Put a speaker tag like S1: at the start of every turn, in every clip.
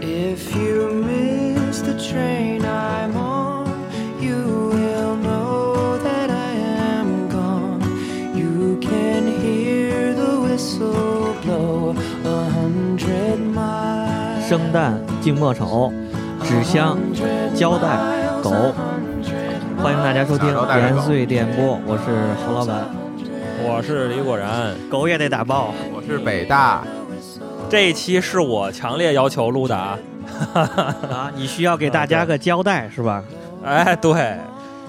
S1: If you miss the train I'm on, you will know that I am gone. You can hear the whistle blow a hundred miles.
S2: 生蛋、静默丑、纸箱、胶带、狗。欢迎大家收听延绥电波，我是侯老板。
S3: 我是李果然，
S2: 狗也得打爆，
S4: 我是北大，
S3: 这一期是我强烈要求录的啊！
S2: 啊！你需要给大家个交代是吧？
S3: 哎，对，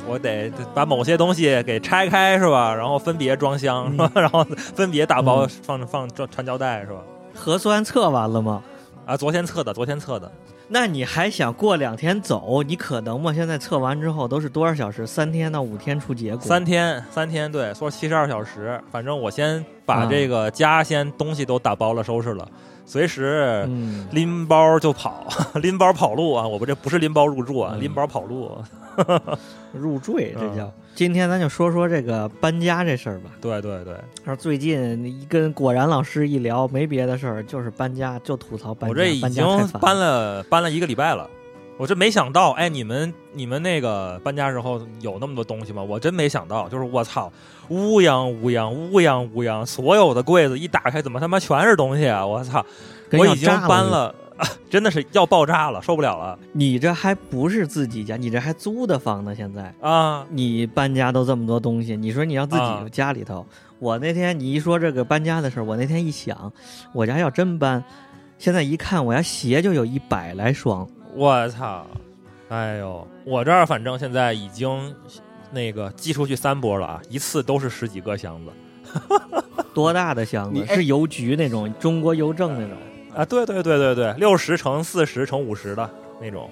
S3: 我得把某些东西给拆开是吧？然后分别装箱是吧？ 然后分别打包
S2: 嗯
S3: 放放装传胶带是吧？
S2: 核酸测完了吗？
S3: 啊，昨天测的，昨天测的，
S2: 那你还想过两天走？你可能吗？现在测完之后都是多少小时？三天到五天出结果。
S3: 三天三天，对，说七十二小时，反正我先把
S2: 啊
S3: 这个家先东西都打包了收拾了，随时。
S2: 嗯，
S3: 拎包就跑， 拎包跑路啊！我不这不是拎包入住啊，
S2: 嗯
S3: 拎包跑路。
S2: 入赘这叫。
S3: 嗯
S2: 今天咱就说说这个搬家这事儿吧。
S3: 对对对，
S2: 说最近跟果然老师一聊，没别的事儿，就是搬家，就吐槽搬家。
S3: 我这已
S2: 搬
S3: 经
S2: 家太烦
S3: 搬了搬了一个礼拜了，我这没想到，哎，你们你们那个搬家时候有那么多东西吗？我真没想到，就是我操，乌泱乌泱乌泱乌泱，所有的柜子一打开，怎么他妈全是东西啊！我操，
S2: 跟
S3: 我
S2: 要
S3: 已经
S2: 炸
S3: 搬
S2: 似的。
S3: 了， 啊真的是要爆炸了，受不了了
S2: 你这还不是自己家，你这还租的房呢，现在。
S3: 啊！
S2: 你搬家都这么多东西，你说你让自己
S3: 啊
S2: 家里头，我那天你一说这个搬家的事儿，我那天一想，我家要真搬，现在一看我家鞋就有一百来双，
S3: 我操，哎呦，我这儿反正现在已经那个寄出去三波了啊，一次都是十几个箱子。
S2: 多大的箱
S4: 你
S2: 子？
S4: 哎
S2: 是邮局那种，中国邮政那种。
S3: 啊，对对对对对，六十乘四十乘五十的那种。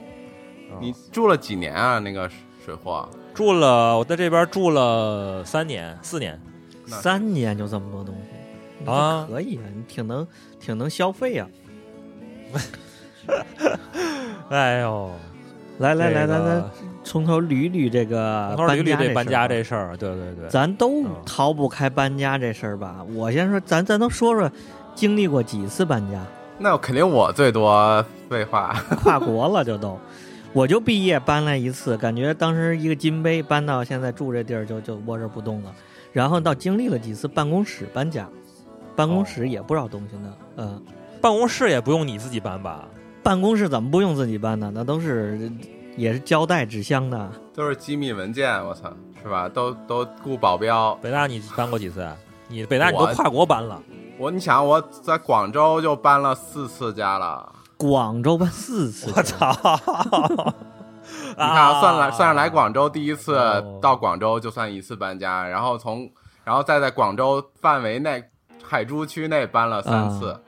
S3: 啊
S4: 你住了几年啊？那个水货，
S3: 住了，我在这边住了三年、四年，
S4: 那
S2: 三年就这么多东西，
S3: 啊
S2: 你可以啊，你挺能挺能消费啊。
S3: 哎呦，
S2: 来来来
S3: 这个啊
S2: 来来，从头捋捋这个
S3: 从头捋捋
S2: 这
S3: 这搬
S2: 事儿吧啊
S3: 家这事儿，对对对，
S2: 咱都
S3: 嗯
S2: 逃不开搬家这事儿吧。我先说，咱咱都说说经历过几次搬 家。
S4: 那肯定我最多废话。
S2: 跨国了，就都。我就毕业搬来一次，感觉当时一个金杯搬到现在住这地儿就就窝着不动了。然后到经历了几次办公室搬家，办公室也不少东西呢。
S3: 哦
S2: 嗯，
S3: 办公室也不用你自己搬吧？
S2: 办公室怎么不用自己搬呢？那都是也是胶带纸箱的。
S4: 都是机密文件，我操，是吧？都都雇保镖。
S3: 北大你搬过几次啊？你北大你都
S4: 我
S3: 跨国 搬了，
S4: 我你想，我在广州就搬了四次家了。
S2: 广州搬四次，
S3: 我！ 操！啊
S4: 你看啊，算来算是来
S3: 广。
S4: 广州第一次
S3: 哦
S4: 到广州就算一次搬家，然后从然后再在广州范围内海珠区内搬了三次，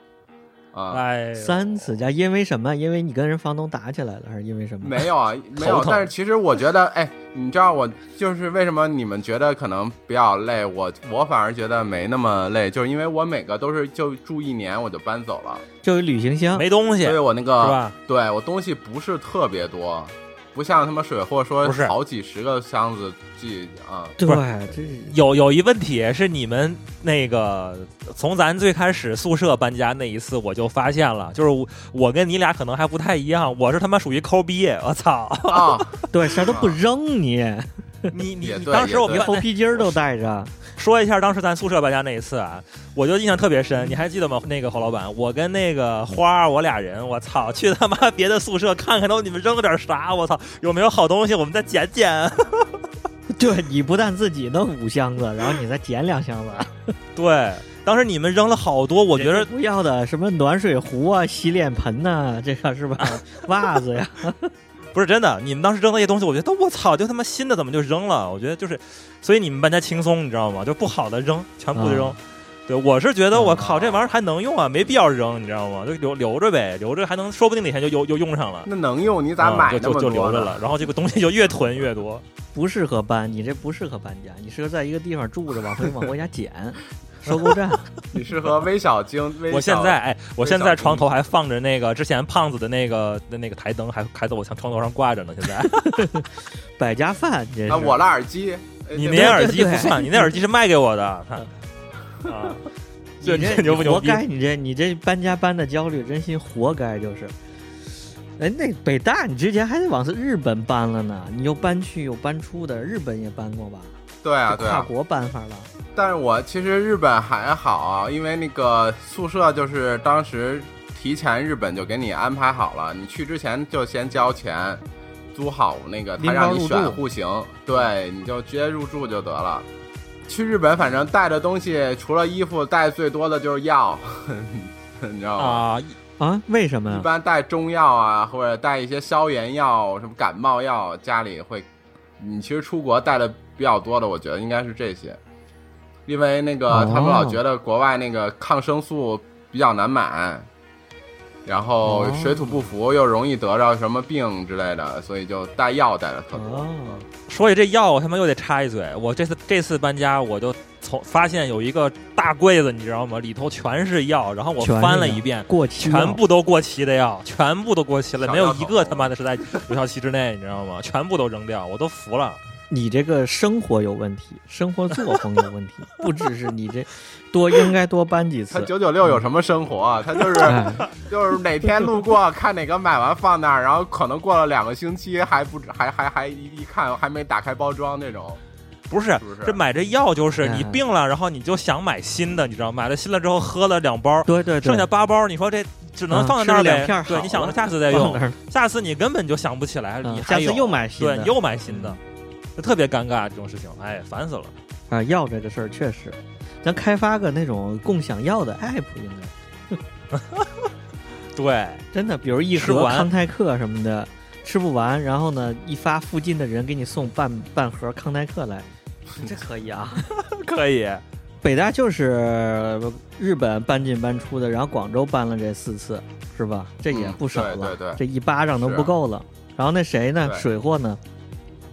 S4: 啊，
S3: 哎呦，
S2: 三次家，因为什么？因为你跟人房东打起来了，还是因为什么？
S4: 没有啊，没有
S3: 头。疼
S4: 但是其实我觉得，哎，你知道我就是为什么你们觉得可能比较累，我我反而觉得没那么累，就是因为我每个都是就住一年我就搬走了，
S2: 就有旅行箱，
S3: 没东西
S4: 所以
S3: 是
S4: 我那个
S3: 吧？
S4: 对我东西不是特别多，不像他妈水货说
S3: 不是
S4: 好几十个箱子寄 啊。
S2: 对
S3: 不，
S2: 这
S3: 有有一问题是你们那个从咱最开始宿舍搬家那一次我就发现了，就是我我跟你俩可能还不太一样，我是他妈属于抠逼，我操！
S4: 啊，
S2: 对啥都不扔 你，
S3: 你你
S4: 也
S3: 你
S4: 对
S3: 当时
S4: 也
S3: 我们
S4: 对
S2: 头 皮筋儿都带着。
S3: 说一下当时咱宿舍搬家那一次啊，我就印象特别深，你还记得吗？那个侯老板，我跟那个花儿，我俩人，我操， 去他妈别的宿舍看看都你们扔了点啥，我操，有没有好东西我们再捡 捡。
S2: 对你不但自己弄五箱子，然后你再捡两箱 子。
S3: 对，当时你们扔了好多，我觉
S2: 人
S3: 得
S2: 家不要的什么暖水壶啊、洗脸盆 呐、这个是吧？袜子呀，
S3: 不是真的，你们当时扔那些东西，我觉得都我操，就他妈新的怎么就扔了？我觉得就是，所以你们搬家轻松，你知道吗？就不好的扔，全部就扔。
S2: 啊
S3: 对，我是觉得我
S4: 啊
S3: 靠，这玩意儿还能用啊，没必要扔，你知道吗？就留留着呗，留着还能，说不定哪天就又又用上了。
S4: 那能用你咋
S3: 啊
S4: 买
S3: 就
S4: 那么多
S3: 就就留着
S4: 呢？
S3: 了，然后这个东西就越囤越多。
S2: 不适合搬，你这不适合搬家，你适合在一个地方住着，往回往回家 捡。收购站，
S4: 你适合微小精，微
S3: 我现
S4: 小
S3: 在哎，我现
S4: 小
S3: 在
S4: 心
S3: 床头还放着那个之前胖子的那个的那个台灯，还还在我墙床头上挂着呢。现在
S2: 百家饭，这是、
S4: 啊，我那耳机，哎
S3: 你
S4: 对
S3: 那耳机
S2: 对
S3: 不
S2: 对
S3: 算，你那耳机是卖给我的。 啊，
S2: 你
S3: 这
S2: 这
S3: 牛不牛
S2: 活
S3: 逼？
S2: 该，你这你这搬家搬的焦虑，真心活该就是。哎，那北大你之前还得往日本搬了呢，你又搬去又搬出的，日本也搬过吧？
S4: 对啊，
S2: 就
S4: 对
S2: 跨
S4: 啊。
S2: 国搬法了。
S4: 但是我其实日本还好啊，因为那个宿舍就是当时提前日本就给你安排好了，你去之前就先交钱，租好那个他
S3: 拎包
S4: 让你
S3: 入
S4: 选
S3: 住
S4: 户型，对，你就直接入住就得了。去日本反正带的东西除了衣服，带最多的就是 药，你知道吗？
S3: 啊，
S2: 啊？为什么
S4: 一
S2: 呀？
S4: 般带中药啊，或者带一些消炎药、什么感冒药，家里会。你其实出国带的比较多的，我觉得应该是这些，因为那个
S2: 哦
S4: 他们老觉得国外那个抗生素比较难买，然后
S3: 哦
S4: 水土不服又容易得着什么病之类的，所以就带药带的特多。
S2: 哦，
S3: 说起这药，我他妈又得插一嘴，我这次这次搬家，我就从发现有一个大柜子，你知道吗？里头全是药，然后我
S2: 全是
S3: 翻了
S2: 药
S3: 一遍，
S2: 过期了
S3: 全部都过期的药，全部都过期了，
S4: 小
S3: 没有
S4: 药
S3: 一个
S4: 头
S3: 他妈的是在有效期之内，你知道吗？全部都扔掉，我都服了。
S2: 你这个生活有问题，生活作风有问题，不只是你这多应该多搬几
S4: 他
S2: 次。
S4: 九九六有什么生活啊？他就是
S2: 哎，
S4: 就是哪天路过看哪个买完放那儿，然后可能过了两个星期还不止还还还一一看还没打开包装那种。
S3: 不是，
S4: 是不是
S3: 这买这药就是
S2: 嗯
S3: 你病了，然后你就想买新的，你知道吗，买了新了之后喝了两包，
S2: 对对对，
S3: 剩下八包，你说这只能
S2: 嗯
S3: 放在那儿
S2: 吃了
S3: 呗
S2: 两片儿？好
S3: 对，你想
S2: 了
S3: 下次再用
S2: 放，那儿
S3: 下次你根本就想不起来，
S2: 嗯
S3: 你还
S2: 下次
S3: 有
S2: 又买新的嗯
S3: 对，又买新的，就特别尴尬这种事情，哎，烦死了。
S2: 啊，药这个事儿确实，咱开发个那种共享药的 app 应该
S3: 对，
S2: 真的，比如一
S3: 吃不
S2: 盒
S3: 完
S2: 康泰克什么的，吃不完，然后呢一发附近的人给你送半半盒康泰克 来，这可以啊。
S3: 可以。
S2: 北大就是呃日本搬进搬出的，然后广州搬了这四次，是吧？这也
S4: 嗯
S2: 不少
S4: 对
S2: 了，
S4: 对对
S2: 这一巴掌都不够了。然后那谁呢？
S4: 对
S2: 水货呢？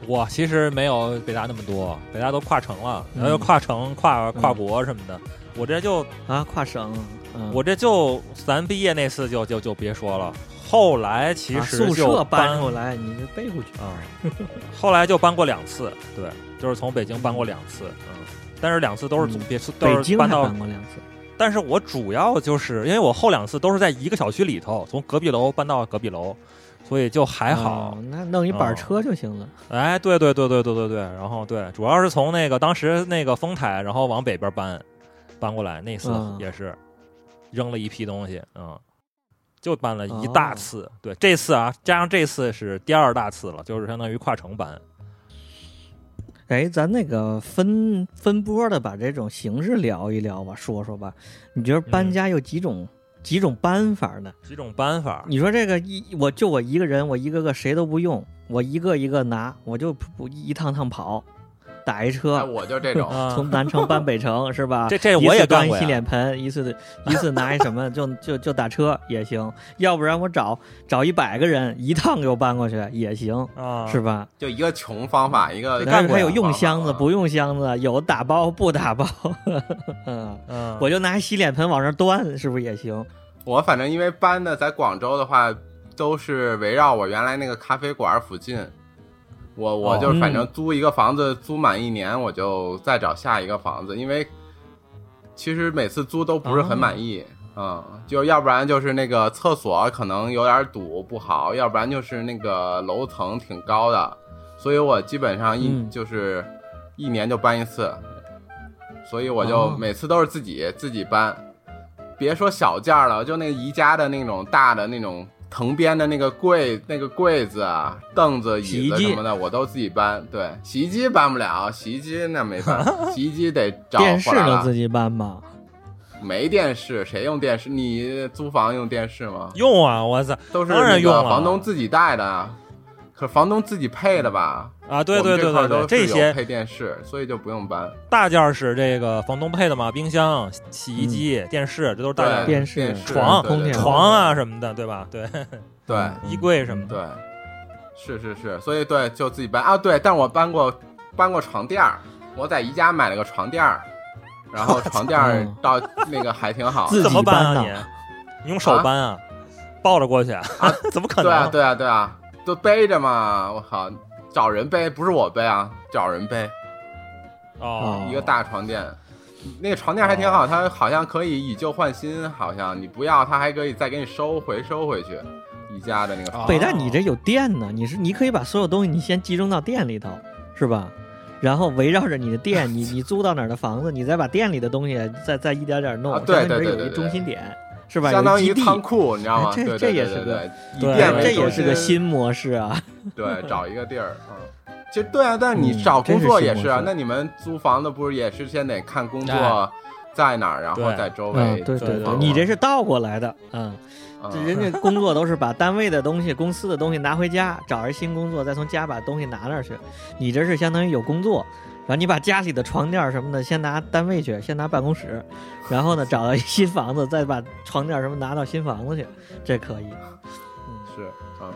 S3: 我其实没有北大那么多，北大都跨城了，
S2: 嗯
S3: 然后又跨城、跨跨国什么的。我这就
S2: 啊，跨省，嗯、
S3: 我这就咱毕业那次就就就别说了，后来其
S2: 啊
S3: 实
S2: 宿
S3: 就
S2: 舍搬出来，你就背回去。
S3: 啊、后来就搬过两次，对，就是从北京搬过两次，嗯，但是两次都是总
S2: 嗯
S3: 别、
S2: 北
S3: 都是
S2: 京
S3: 搬
S2: 还
S3: 到
S2: 搬过两次，
S3: 但是我主要就是因为我后两次都是在一个小区里头，从隔壁楼搬到隔壁楼，所以就还好
S2: 哦。那弄一板车就行了。
S3: 哎，对对对对对对对，然后对，主要是从那个当时那个丰台，然后往北边搬，搬过来那次
S2: 嗯
S3: 也是、扔了一批东西，嗯，就搬了一大
S4: 哦
S3: 次。对，这次啊，加上这次是第二大次了，就是相当于跨城搬。
S2: 哎，咱那个分分波的把这种形式聊一聊吧，说说吧。你觉得搬
S3: 嗯
S2: 家有几种、几种搬法呢？
S3: 几种搬法，
S2: 你说这个一我就我一个人，我一个个谁都不用，我一个一个拿，我就不一趟趟跑，打一
S4: 哎，
S2: 车。
S4: 我就这种。
S3: 啊，
S2: 从南城搬北城是吧？
S3: 这这我
S2: 一
S3: 也
S2: 次
S3: 干
S2: 端
S3: 过
S2: 洗
S3: 呀。
S2: 脸盆，一次一次拿一什么就就就打车也行，要不然我找找一百个人一趟给我搬过去也行，
S3: 啊，
S2: 是吧？
S4: 就一个穷方法，一个
S3: 对
S2: 但
S3: 干
S2: 是
S3: 过
S2: 还
S3: 呀
S2: 有用箱子不
S4: 用
S2: 用箱子，有打包不打包，嗯，
S3: 嗯，
S2: 我就拿洗脸盆往上端，是不是也行？
S4: 我反正因为搬的在广州的话，都是围绕我原来那个咖啡馆附近。我我
S3: 哦
S4: 就反正
S2: 嗯
S4: 租一个房子，租满一年我就再找下一个房子，因为其实每次租都不是
S2: 哦
S4: 很满意，嗯，就要不然就是那个厕所可能有点堵不好，要不然就是那个楼层挺高的，所以我基本上一、
S2: 嗯
S4: 就是一年就搬一次，所以我就
S2: 哦
S4: 每次都是自己、自己搬，别说小件儿了，就那个宜家的那种大的那种藤编的那个柜、那个柜子啊、凳子、
S2: 洗衣
S4: 椅
S2: 机
S4: 子什么的，我都自己搬。对，洗衣机搬不了，洗衣机那没办法，洗衣机得找
S2: 电视
S4: 货拉
S2: 能
S4: 拉
S2: 自己搬吗？
S4: 没电视，谁用电视？你租房用电视吗？
S3: 用啊，我操
S4: 都是
S3: 当然
S4: 那个
S3: 用了
S4: 房东自己带的啊，可房东自己配的吧？
S3: 啊！对
S4: 我们
S3: 对
S4: 这
S3: 对
S4: 块
S3: 对
S4: 儿都
S3: 对，
S4: 是有
S3: 这些
S4: 配电视，所以就不用搬。
S3: 大件儿是这个房东配的嘛，冰箱、洗衣机、电视，这都是大件
S4: 嗯对，
S3: 儿。
S2: 电视
S4: 电嗯
S3: 床
S4: 对对对
S2: 空调
S3: 床啊什么的，对吧？对，
S4: 对。
S3: 衣柜什么的。
S4: 对，是是是，所以对，就自己搬啊。对，但我搬过搬过床垫儿，我在宜家买了个床垫儿，然后床垫儿
S2: 嗯
S4: 到那个还挺好的。
S2: 自己
S3: 怎么搬
S2: 搬
S3: 啊
S2: 呐
S3: 你？你用手搬啊？抱着过去？啊、 怎么可
S4: 对啊
S3: 能？
S4: 对啊对啊，都背着嘛，我靠，找人背不是我背啊，找人背
S3: 哦，
S4: 一个大床垫。那个床垫还挺
S2: 哦
S4: 好，它好像可以以旧换新，好像你不要它还可以再给你收回收回去，宜家的那个房子。
S2: 北大，你这有店呢，你是你可以把所有东西你先集中到店里头，是吧？然后围绕着你的店， 你你租到哪儿的房子，你再把店里的东西再再一点点弄，
S4: 啊对
S2: 相当于
S4: 对对
S2: 有一
S4: 对
S2: 中心点，是吧？
S4: 相当于
S2: 有一基地
S4: 仓库，你知道吗？
S2: 哎这
S4: 对
S2: 这
S4: 对
S2: 也是
S4: 对对
S2: 个
S4: 对，以
S3: 对
S4: 店为
S2: 这也
S4: 中
S2: 是
S4: 心
S2: 啊个新模式啊。
S4: 对， 找一个地儿。嗯，其实对啊，但是你
S2: 嗯
S4: 找工作也
S2: 真是新
S4: 是
S2: 模
S4: 啊
S2: 式。
S4: 那你们租房子不是也是先得看工
S3: 哎
S4: 作在哪儿，然后
S3: 对
S4: 在周
S2: 嗯
S4: 围，
S2: 对
S4: 租
S2: 对
S4: 房
S2: 对，
S4: 吗
S2: 你这是倒过来的，嗯，这
S4: 嗯
S2: 人家工作都是把单位的东西、公司的东西拿回家，找一新工作，再从家把东西拿那儿去。你这是相当于有工作，然后你把家里的床垫儿什么的先拿单位去，先拿办公室，然后呢找到一新房子，再把床垫儿什么拿到新房子去，这可以。
S4: 是嗯，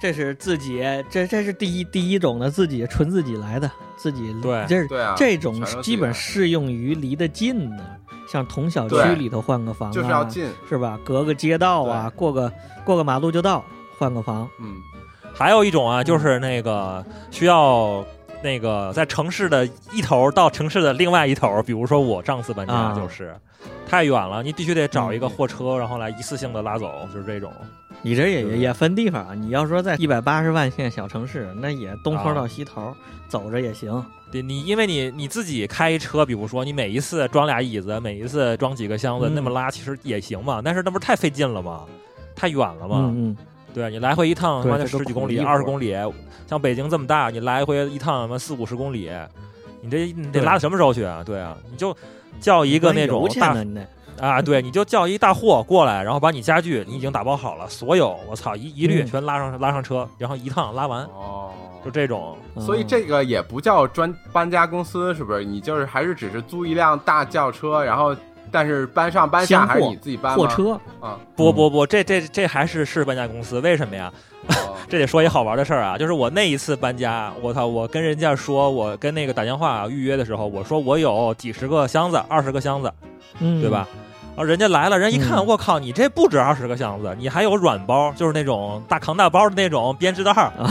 S2: 这是自己，这这是第一第一种的，自己纯自己来的，自己
S3: 对
S2: 这是
S4: 对啊，
S2: 这种
S4: 全都自己
S2: 基本
S4: 来
S2: 适用于离得近的，像同小区
S4: 对
S2: 里头换个房、啊，
S4: 就是要近，
S2: 是吧？隔个街道啊，过个过个马路就到，换个房。
S4: 嗯，
S3: 还有一种啊，就是那个需要那个在城市的一头到城市的另外一头，比如说我上次搬家
S2: 啊
S3: 就是、太远了，你必须得找一个
S2: 嗯
S3: 货车，然后来一次性的拉走，就是这种。
S2: 你这也
S4: 对
S2: 也分地方啊。你要说在一百八十万县小城市，那也东头
S3: 啊
S2: 到西头、走着也行。
S3: 对你，因为你你自己开一车，比如说你每一次装俩椅子，每一次装几个箱子，
S2: 嗯
S3: 那么拉其实也行嘛，但是那不是太费劲了吗？太远了嘛，
S2: 嗯嗯，
S3: 对你来回一趟他
S2: 对
S3: 妈就
S2: 这都
S3: 十几公
S2: 苦
S3: 里、
S2: 力活
S3: 二十公里，像北京这么大，你来回一趟他妈四五十公里，你这你得
S2: 对
S3: 拉到什么时候去啊？对啊，你就叫一个那种
S2: 关于油钱
S3: 大
S2: 呢，你得
S3: 啊，对，你就叫一大货过来，然后把你家具你已经打包好了，所有我操一一律
S2: 嗯
S3: 全拉上拉上车，然后一趟拉完，
S4: 哦
S3: 就这种。
S4: 所以
S2: 嗯
S4: 这个也不叫专搬家公司，是不是？你就是还是只是租一辆大轿车，然后但是搬上搬
S2: 厢
S4: 下还是
S2: 货
S4: 你自己搬吗？
S2: 货车
S4: 啊，
S3: 不
S2: 嗯
S3: 不不，这这这还是是搬家公司，为什么呀？
S4: 哦
S3: 这得说一好玩的事儿啊，就是我那一次搬家，我操，我跟人家说，我跟那个打电话预约的时候，我说我有几十个箱子，二十个箱子，
S2: 嗯，
S3: 对吧？？然后人家来了，人一看，
S2: 嗯
S3: 我靠，你这不止二十个箱子，你还有软包，就是那种大扛大包的那种编织袋儿啊，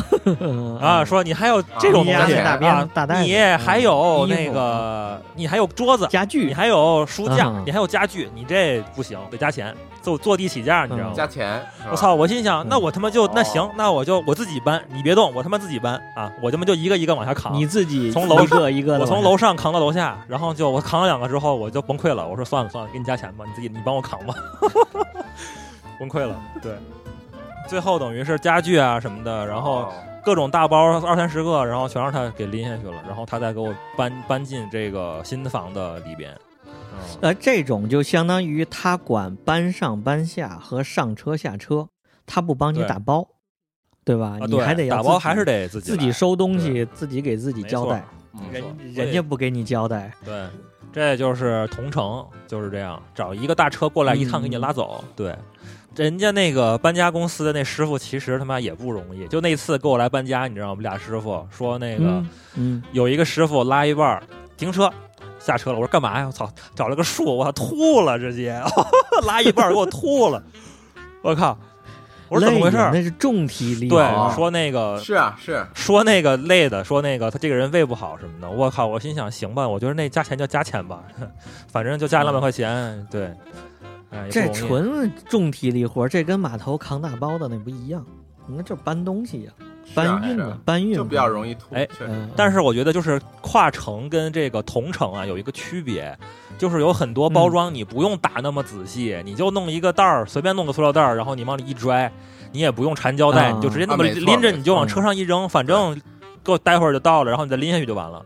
S2: 啊，
S3: 说你还有这种
S4: 啊
S3: 东西
S4: 大
S2: 便
S3: 啊
S2: 大袋子
S3: 你还有
S2: 嗯
S3: 那个，你还有桌子，
S2: 家
S3: 你
S2: 具
S3: 还有书架
S2: 嗯，
S3: 你还有家具，你这不行，得加钱，坐坐地起价，你知道吗？
S4: 加钱，是吧
S3: 我！操！我心想，
S2: 嗯
S3: 那我他妈就那
S4: 哦
S3: 行，那我就我自己搬，你别动，我他妈自己搬啊！我他妈就一个一个往下扛，
S2: 你自己
S3: 从楼
S2: 一个一个的，
S3: 我从楼上扛到楼下，然后就我扛了两个之后，我就崩溃了。我说算了算了，给你加钱吧，你自己你帮我扛吧。 崩溃了，对。最后等于是家具啊什么的，然后
S4: 哦
S3: 各种大包二三十个，然后全让他给拎下去了，然后他再给我搬搬进这个新房的里边。嗯，
S2: 呃，这种就相当于他管搬上搬下和上车下车，他不帮你
S3: 对
S2: 打包，对吧？
S3: 啊
S2: 你
S3: 对，
S2: 还得要
S3: 打
S2: 自
S3: 包
S2: 己
S3: 还是得自己
S2: 自己
S3: 来
S2: 收东西，自己给自己交代，
S4: 嗯
S3: 没错
S2: 人
S3: 我也
S2: 人家不给你交代，
S3: 对，这就是同城，就是这样，找一个大车过来一趟给你拉走。对，人家那个搬家公司的那师傅其实他妈也不容易，就那次给我来搬家，你知道吗？我们俩师傅说那个、
S2: 嗯嗯，
S3: 有一个师傅拉一半儿停车。下车了，我说干嘛呀？我操，找了个树，我操吐了，直接 拉一半儿给我吐了，我靠！我说怎么回事
S2: 累呀
S3: 儿？
S2: 那是重体力，
S4: 啊
S3: 对，说那个
S4: 是啊是，
S3: 说那个累的，说那个他这个人胃不好什么的，我靠！我心想，行吧，我觉得那加钱就加钱吧， 反正就加两百块钱，对，哎，
S2: 嗯
S3: 也
S2: 这
S3: 不容易
S2: 纯重体力活，这跟码头扛大包的那不一样，那就是搬东西呀，
S4: 是啊
S2: 搬
S4: 是
S2: 运
S4: 啊
S2: 啊，搬运
S4: 就比较容易吐，
S3: 哎
S4: 确实
S2: 嗯，
S3: 但
S2: 是
S3: 是我觉得就是跨城跟这个同城啊有一个区别，就是有很多
S2: 嗯
S3: 包装你不用打那么仔细，你就弄一个袋儿，随便弄个塑料袋儿，然后你往里一拽，你也不用缠胶带，
S2: 啊
S3: 你就直接那么
S4: 啊没错
S3: 拎着
S4: 没错
S3: 你就
S2: 嗯
S3: 往车上一扔，反正够待会儿就到了，然后你再拎下去就完了。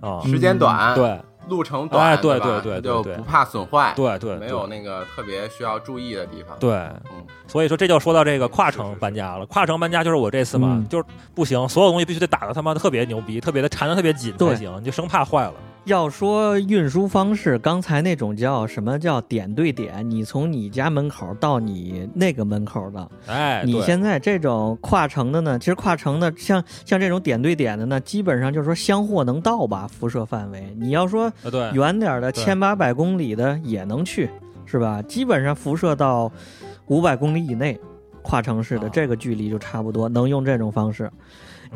S3: 啊、
S2: 嗯
S4: 时间短，，
S3: 对
S4: 路程
S3: 哎
S4: 短，
S3: 对
S4: 吧
S3: 对对对
S4: 就
S3: 对
S4: 不怕损坏，
S3: 对对，
S4: 没
S3: 对
S4: 有那个特别需要注意的地方，，
S3: 对，
S4: 嗯
S3: 所以说这就说到这个跨
S4: 是
S3: 城
S4: 是是
S3: 搬家了。跨城搬家就是我这次嘛，
S2: 嗯
S3: 就是不行，所有东西必须得打的他妈特别牛逼，特别的缠的特别紧才
S2: 对
S3: 行，你就生怕坏了。
S2: 要说运输方式，刚才那种叫什么叫点对点，你从你家门口到你那个门口的，
S3: 哎，
S2: 你
S3: 对
S2: 现在这种跨城的呢，其实跨城的像像这种点对点的呢，基本上就是说相货能到吧，辐射范围。你要说
S3: 呃对
S2: 远点儿的，
S3: 对
S2: 千八百公里的也能去，是吧？基本上辐射到五百公里以内，跨城市的
S3: 啊嗯
S2: 这个距离就差不多，能用这种方式。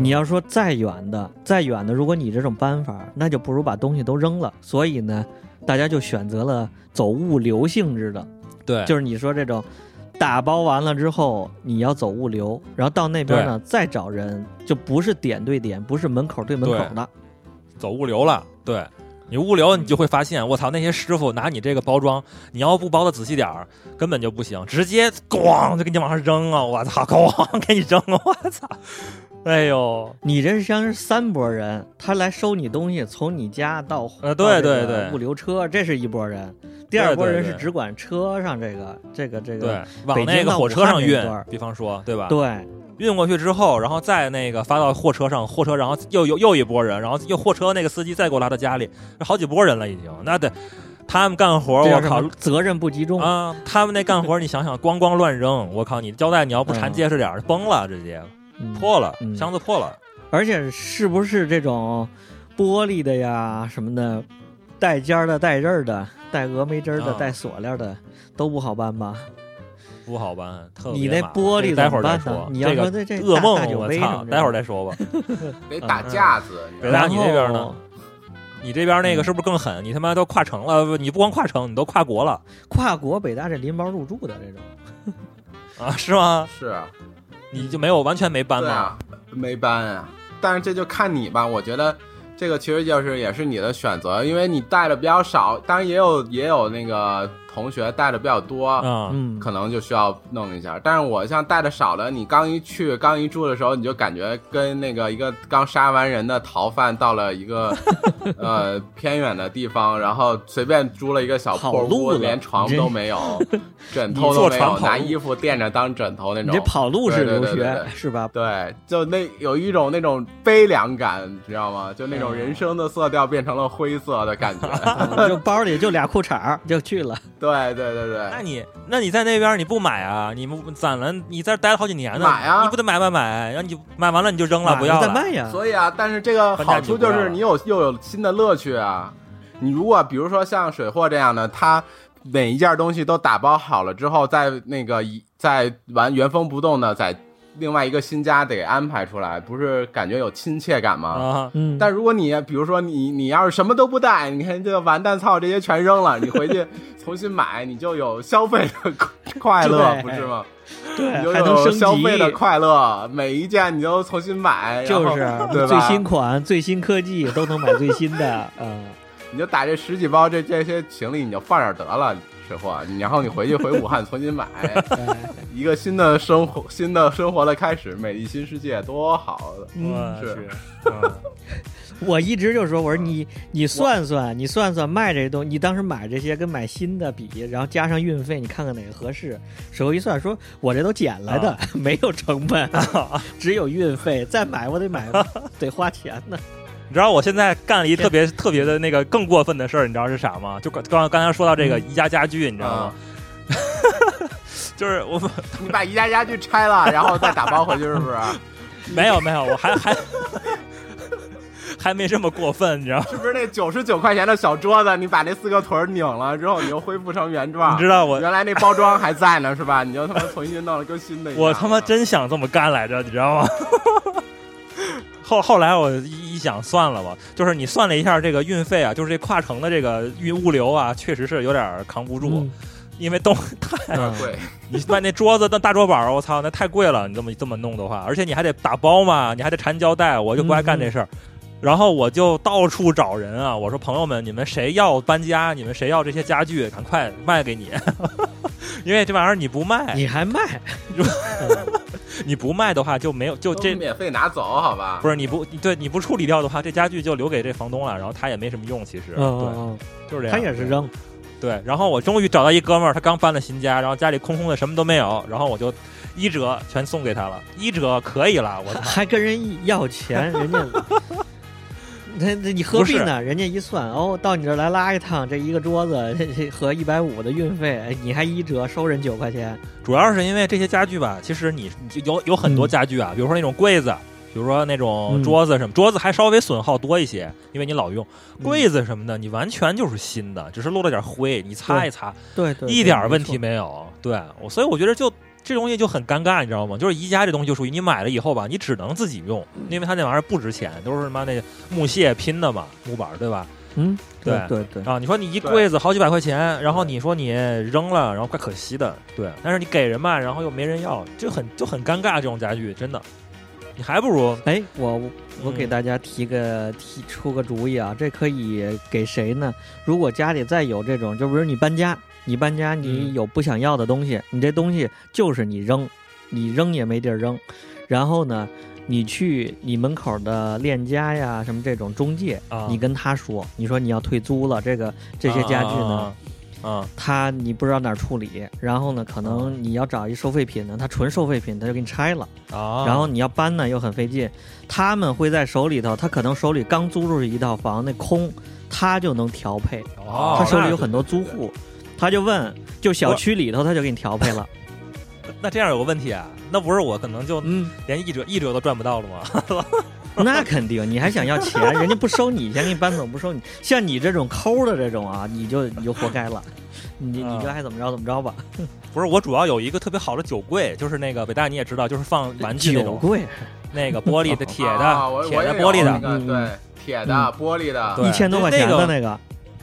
S2: 你要说再远的，再远的，如果你这种搬法，那就不如把东西都扔了。所以呢，大家就选择了走物流性质的，
S3: 对，
S2: 就是你说这种打包完了之后，你要走物流，然后到那边呢再找人，就不是点对点，不是门口对门口的。
S3: 走物流了。对你物流，你就会发现，我操，那些师傅拿你这个包装，你要不包的仔细点儿，根本就不行，直接咣就给你往上扔啊！我操，咣给你扔啊！我操，哎呦，
S2: 你这像是三拨人，他来收你东西，从你家到
S3: 呃对
S2: 到这个
S3: 对对
S2: 物流车，这是一拨人。第二拨
S3: 对对
S2: 人是
S3: 对
S2: 只管车上这个这个这
S3: 对
S2: 个，
S3: 往
S2: 北
S3: 那
S2: 京
S3: 个
S2: 到
S3: 火
S2: 武
S3: 车
S2: 汉
S3: 上
S2: 那
S3: 运
S2: 段儿，
S3: 比方说，对吧？
S2: 对
S3: 运过去之后，然后再那个发到货车上，货车然后又又又一波人，然后又货车那个司机再给我拉到家里，好几波人了已经。那得他们干活，
S2: 这
S3: 我
S2: 叫什
S3: 靠
S2: 么责任不集中。
S3: 啊！他们那干活，你想想，咣咣乱扔，我靠！你胶带你要不缠结实点儿，崩了，直接
S2: 嗯
S3: 破了，
S2: 嗯
S3: 箱子破了。
S2: 而且是不是这种玻璃的呀什么的，带尖儿的、带刃儿的、带峨眉针儿的、
S3: 啊
S2: 带锁链儿的，都不好搬吧？
S3: 不好办，特别
S2: 你那
S3: 麻烦
S2: 玻
S3: 这
S2: 璃
S3: 个待
S2: 怎么
S3: 会儿
S2: 办
S3: 再
S2: 呢
S3: 说？。
S2: 你要说
S3: 这
S2: 这这
S3: 个噩
S2: 大大
S3: 梦，
S2: 酒
S3: 我
S2: 杯什么
S3: 操！
S2: 的，
S3: 待会儿再说吧。
S4: 得打架子，你知
S3: 北
S4: 道吗
S3: 大你那边
S2: 然后
S3: 呢？你这边那
S2: 嗯
S3: 个是不是更狠？你他妈都跨城了，你不光跨城，你都跨国了
S2: 跨国北大这拎包入住的这种，
S3: 啊？是吗？
S4: 是
S3: 你就没有完全没搬
S4: 对
S3: 吗？
S4: 啊，没搬啊。但是这就看你吧，我觉得这个其实就是也是你的选择，因为你带的比较少，当然也有也有那个同学带的比较多，
S3: 啊，
S2: 嗯，
S4: 可能就需要弄一下。但是我像带的少了，你刚一去刚一住的时候，你就感觉跟那个一个刚杀完人的逃犯到了一个呃偏远的地方，然后随便租了一个小破
S2: 跑路
S4: 屋，
S2: 了
S4: 连床
S2: 你这
S4: 都没有，枕头
S3: 你坐
S4: 都没
S3: 船
S4: 有，
S3: 跑
S4: 拿
S3: 路
S4: 衣服垫着当枕头那
S2: 你
S4: 种。
S2: 这跑路式留
S4: 对对对对
S2: 学
S4: 对
S2: 是吧？
S4: 对，就那有一种那种悲凉感，你知道吗？就那种人生的色调变成了灰色的感觉。
S2: 啊就包里就俩裤衩儿就去了，
S4: 对对对对，
S3: 那你那你在那边你不买啊？你们攒了，你在这待了好几年呢，
S4: 买啊
S3: 你不得买买买？然后你就买完了你就扔了，不要
S2: 再卖
S3: 了。
S2: 呀。
S4: 所以啊，但是这个好处就是你有又有新的乐趣啊。你如果比如说像水货这样的，他每一件东西都打包好了之后，在那个一再完原封不动的在另外一个新家得安排出来，不是感觉有亲切感吗？
S3: 啊，
S2: 嗯，
S4: 但如果你比如说你你要是什么都不带，你看这个完蛋操这些全扔了，你回去 重新买，你就有消费的快乐，
S2: 对
S4: 不是吗？
S2: 对
S4: 你就
S2: 还能
S4: 有
S2: 升
S4: 消
S2: 级，
S4: 费的快乐，每一件你都重新买，然
S2: 就
S4: 后 对
S2: 是啊
S4: 吧？
S2: 最新款、最新科技都能买最新的，嗯。
S4: 你就打这十几包这这些行李，你就放点得了，水货。你然后你回去回武汉重 新买，一个新的生活，新的生活的开始，美丽新世界多好的！
S3: 我
S4: 是
S3: 去，嗯
S2: 我一直就说，我说你你算算，你算算卖这些东西，你当时买这些跟买新的比，然后加上运费，你看看哪个合适。手头一算，说我这都捡来
S3: 啊
S2: 的， 没有成本， 只有运费，再买我得 买得花钱呢。
S3: 你知道我现在干了一特别特别的那个更过分的事儿，你知道是啥吗？就刚刚刚才说到这个宜家家居，你知道
S4: 啊
S3: 吗？
S4: 嗯
S3: 就是我
S4: 你把宜家家具拆了，然后再打包回去，是不是？
S3: 没有没有，我还还 还没这么过分，你知道吗？
S4: 是不是那九十九块钱的小桌子，你把那四个腿儿拧了之后，你又恢复成原状？
S3: 你知道我
S4: 原来那包装还在呢，是吧？你就他妈重新弄了跟新的一样。
S3: 我他妈真想这么干来着，你知道吗？ 后后来我一一想，算了吧，就是你算了一下这个运费啊，就是这跨城的这个运物流啊，确实是有点儿扛不
S2: 嗯
S3: 住，因为东 太
S4: 有点贵，
S3: 你卖那桌子那大桌板儿，我操，那太贵了！你这么这么弄的话，而且你还得打包嘛，你还得缠胶带，我就不爱干这事儿。然后我就到处找人啊，我说朋友们，你们谁要搬家，你们谁要这些家具，赶快卖给你， 因为这玩意儿你不卖，你
S2: 你还卖？
S3: 不卖的话就没有，就
S4: 都
S3: 这
S4: 免费拿走，好吧？
S3: 不是你不对你不处理掉的话，这家具就留给这房东了，然后他也没什么用，其实对，
S2: 嗯，
S3: 就是这样，
S2: 他也是扔，
S3: 对，然后我终于找到一哥们儿，他刚搬了新家，然后家里空空的，什么都没有，然后我就一折全送给他了，一折可以了，我操！
S2: 还跟人要钱，人 家。那那你何必呢？人家一算，哦，到你这儿来拉一趟，这一个桌子这这和一百五的运费，你还一折收人九块钱，
S3: 主要是因为这些家具吧，其实你你有有很多家具啊，比如说那种柜子，比如说那种
S2: 嗯
S3: 桌子什么，桌子还稍微损耗多一些，因为你老用
S2: 嗯
S3: 柜子什么的，你完全就是新的，只是落了点灰，你擦一擦，
S2: 对对，
S3: 一
S2: 对
S3: 点儿问
S2: 没
S3: 题。
S2: 错
S3: 没有。对我，所以我觉得就这东西就很尴尬，你知道吗？就是宜家这东西就属于你买了以后吧，你
S2: 嗯
S3: 只能自己用，因为它那玩意儿不值钱，都是他妈那木屑拼的嘛，木板儿对吧？
S2: 嗯，
S3: 对
S2: 对对，
S3: 啊，你说你一柜子好几百块钱，然后你说你扔了，然后怪可惜的，对。但是你给人吧，然后又没人要，就很就很尴尬。这种家具真的，你还不如
S2: 哎，我我我给
S3: 嗯
S2: 大家提个提出个主意啊，这可以给谁呢？如果家里再有这种，就比如你搬家，你搬家你
S3: 嗯
S2: 有不想要的东西，你这东西就是你扔，你扔也没地儿扔，然后呢，你去你门口的链家呀什么这种中介，
S3: 啊，
S2: 你跟他说，你说你要退租了，这个这些家具呢。
S3: 啊，啊啊
S2: 他你不知道哪儿处理，然后呢，可能你要找一收废品呢，他纯收废品，他就给你拆了，
S3: 啊
S2: 然后你要搬呢又很费劲。他们会在手里头，他可能手里刚租出去一套房，那空他就能调配，
S3: 哦
S2: 他手里
S3: 那
S2: 有很多租户，他就问，就小区里头他就给你调配了，
S3: 那这样有个问题啊，那不是我可能就
S2: 嗯，
S3: 连一折一折都赚不到了吗？
S2: 那肯定，你还想要钱，人家不收你钱，给你搬走不收你，像你这种抠的这种啊，你就你就活该了，你你就
S3: 啊
S2: 爱怎么着怎么着吧，
S3: 不是，我主要有一个特别好的酒柜，就是那个北大你也知道，就是放玩具那
S2: 酒
S3: 种，
S2: 贵，
S3: 那个玻璃的、铁
S4: 啊我
S3: 的、铁
S4: 我
S3: 的、
S4: 也有
S3: 玻璃
S4: 那
S3: 的。
S4: 个
S2: 嗯
S4: 对，铁的、
S2: 嗯
S4: 玻璃的，
S3: 对
S2: 一千多块钱
S3: 那
S2: 的
S3: 个
S2: 那个。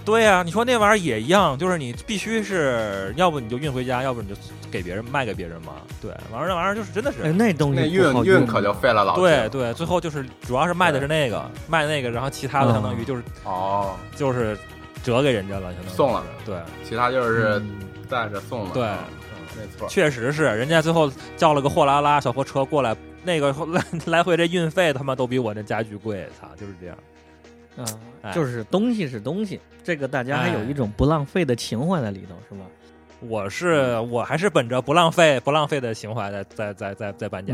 S3: 对啊，你说那玩意儿也一样，就是你必须是要不你就运回家，要不你就给别人卖给别人嘛。对，完了那玩意儿就是真的
S2: 哎，
S3: 是，
S2: 那东西
S4: 那
S2: 不
S4: 运
S2: 好
S4: 运可就费了老
S3: 对
S4: 劲
S3: 对，最后就是主要是卖的是那个，卖那个，然后其他的相当于就是
S4: 哦，
S3: 就是折给人家了，相当于
S4: 送了。
S3: 对
S4: 其他就是
S2: 嗯
S4: 带着送了，嗯
S3: 对，
S4: 没错。
S3: 确实是，人家最后叫了个货拉拉小货车过来，那个后来来回这运费他妈都比我这家具贵，操，就是这样。
S2: 啊
S3: 哎，
S2: 就是东西是东西，这个大家还有一种不浪费的情怀在里头，是吧？
S3: 我是
S2: 嗯
S3: 我还是本着不浪费不浪费的情怀在在在在在搬家，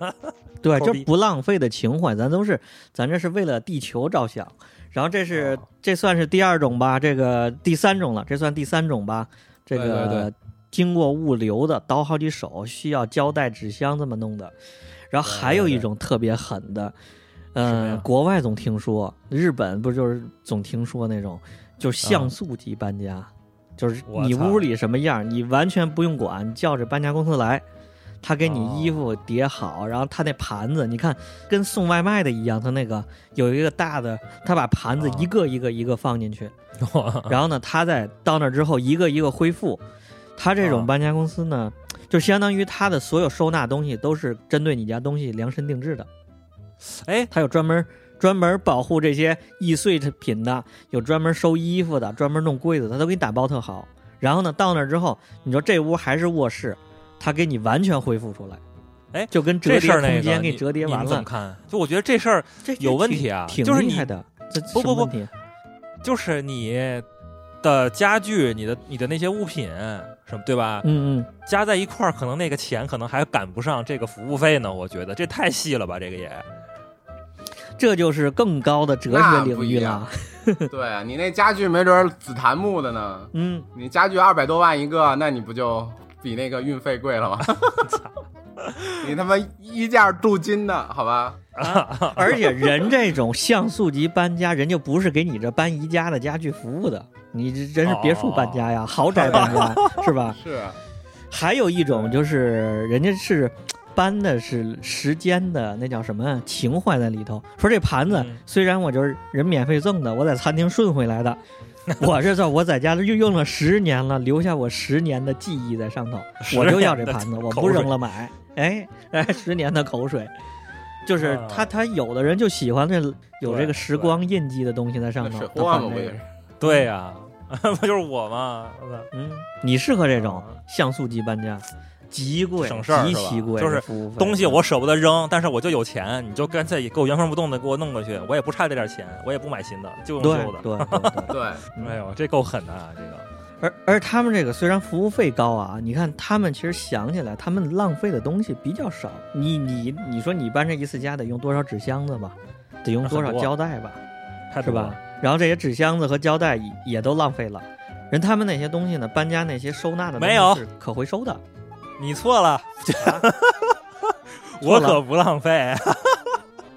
S2: 嗯， 对，
S3: 臭
S2: 就
S3: 逼
S2: 不浪费的情怀，咱都是，咱这是为了地球着想。然后这是
S4: 哦
S2: 这算是第二种吧，这个第三种了，这算第三种吧，这
S3: 对对
S2: 个经过物流的，倒好几手，需要胶带、纸箱这么弄的。然后还有一种特别狠的，
S3: 什么呀
S2: 嗯，国外总听说，日本不就是总听说那种，就是像素级搬家，就是
S3: 嗯我
S2: 你
S3: 操
S2: 屋里什么样，你完全不用管，你叫这搬家公司来，他给你衣服叠好，然后他那盘子，你看跟送外卖的一样，他那个有一个大的，他把盘子
S3: 哦
S2: 一个一个一个放进去，
S3: 我
S2: 然后呢，他再到那之后一个一个恢复。他这种
S3: 啊
S2: 搬家公司呢，就相当于他的所有收纳东西都是针对你家东西量身定制的。
S3: 哎
S2: 他有专门专门保护这些易碎品的，有专门收衣服的，专门弄柜子的，他都给你打包特好。然后呢，到那儿之后，你说这屋还是卧室，他给你完全恢复出来。
S3: 哎
S2: 就跟折
S3: 这
S2: 叠
S3: 事儿那
S2: 空
S3: 个
S2: 间给
S3: 你
S2: 折叠
S3: 你
S2: 完
S3: 们怎么
S2: 了，
S3: 看？就我觉得这事儿
S2: 这
S3: 有问题啊，
S2: 挺
S3: 就是
S2: 挺厉
S3: 你
S2: 害的。这
S3: 不
S2: 什么
S3: 不
S2: 问题
S3: 就是你的家具、你的你的那些物品什么对吧？
S2: 嗯嗯，
S3: 加在一块儿，可能那个钱可能还赶不上这个服务费呢。我觉得这太细了吧，这个也
S2: 这就是更高的哲学
S4: 那
S2: 领
S4: 不
S2: 域
S4: 一样
S2: 了。
S4: 对啊，你那家具没准儿紫檀木的呢，
S2: 嗯，
S4: 你家具二百多万一个，那你不就比那个运费贵了 吗？你他妈衣架镀金的，好吧？
S2: 而且人这种像素级搬家，人就不是给你这搬宜家的家具服务的，你这人是别墅搬家呀，
S3: 哦
S2: 豪宅搬家 是吧？
S4: 是，啊
S2: 还有一种就是人家是呃搬的是时间的那叫什么情怀在里头。说这盘子
S3: 嗯
S2: 虽然我就是人免费赠的，我在餐厅顺回来 的，我这算我在家用用了十年了，留下我十年的记忆在上头。
S3: 十
S2: 我就要这
S3: 年的
S2: 盘子，我
S3: 口
S2: 不扔
S3: 水
S2: 了买。哎哎， 十年的口水。就是
S3: 啊
S2: 他，他有的人就喜欢这有这
S3: 对
S2: 个时
S3: 对
S2: 光印记的东西在上
S4: 那
S2: 头
S4: 水。
S2: 他
S4: 货嘛
S2: 放这
S4: 不也
S2: 个
S4: 是？
S3: 对呀、 不就是我吗？我操
S2: 嗯，你适嗯合这种
S3: 啊
S2: 像素级搬家，极贵，
S3: 省事儿
S2: 极
S3: 是吧
S2: 其贵，
S3: 就是
S2: 服务费
S3: 东西我舍不得扔，但是我就有钱，你就干脆给我原封不动的给我弄过去，我也不差这点钱，我也不买新的，就
S2: 对
S3: 用旧
S2: 对
S3: 的。
S2: 对 对
S4: 对，
S2: 对
S3: 哎呦，这够狠的啊！这个
S2: 而而他们这个虽然服务费高啊，你看他们其实想起来，他们浪费的东西比较少。你你你说你搬这一次家得用多少纸箱子吧，得用多少
S3: 很多
S2: 胶带吧，
S3: 太
S2: 是
S3: 多啊
S2: 吧
S3: 了？？
S2: 然后这些纸箱子和胶带也也都浪费了。人他们那些东西呢，搬家那些收纳的东西
S3: 没有
S2: 是可回收的，
S3: 你错了，
S2: 错
S3: 我
S2: 啊了
S3: 可不浪费。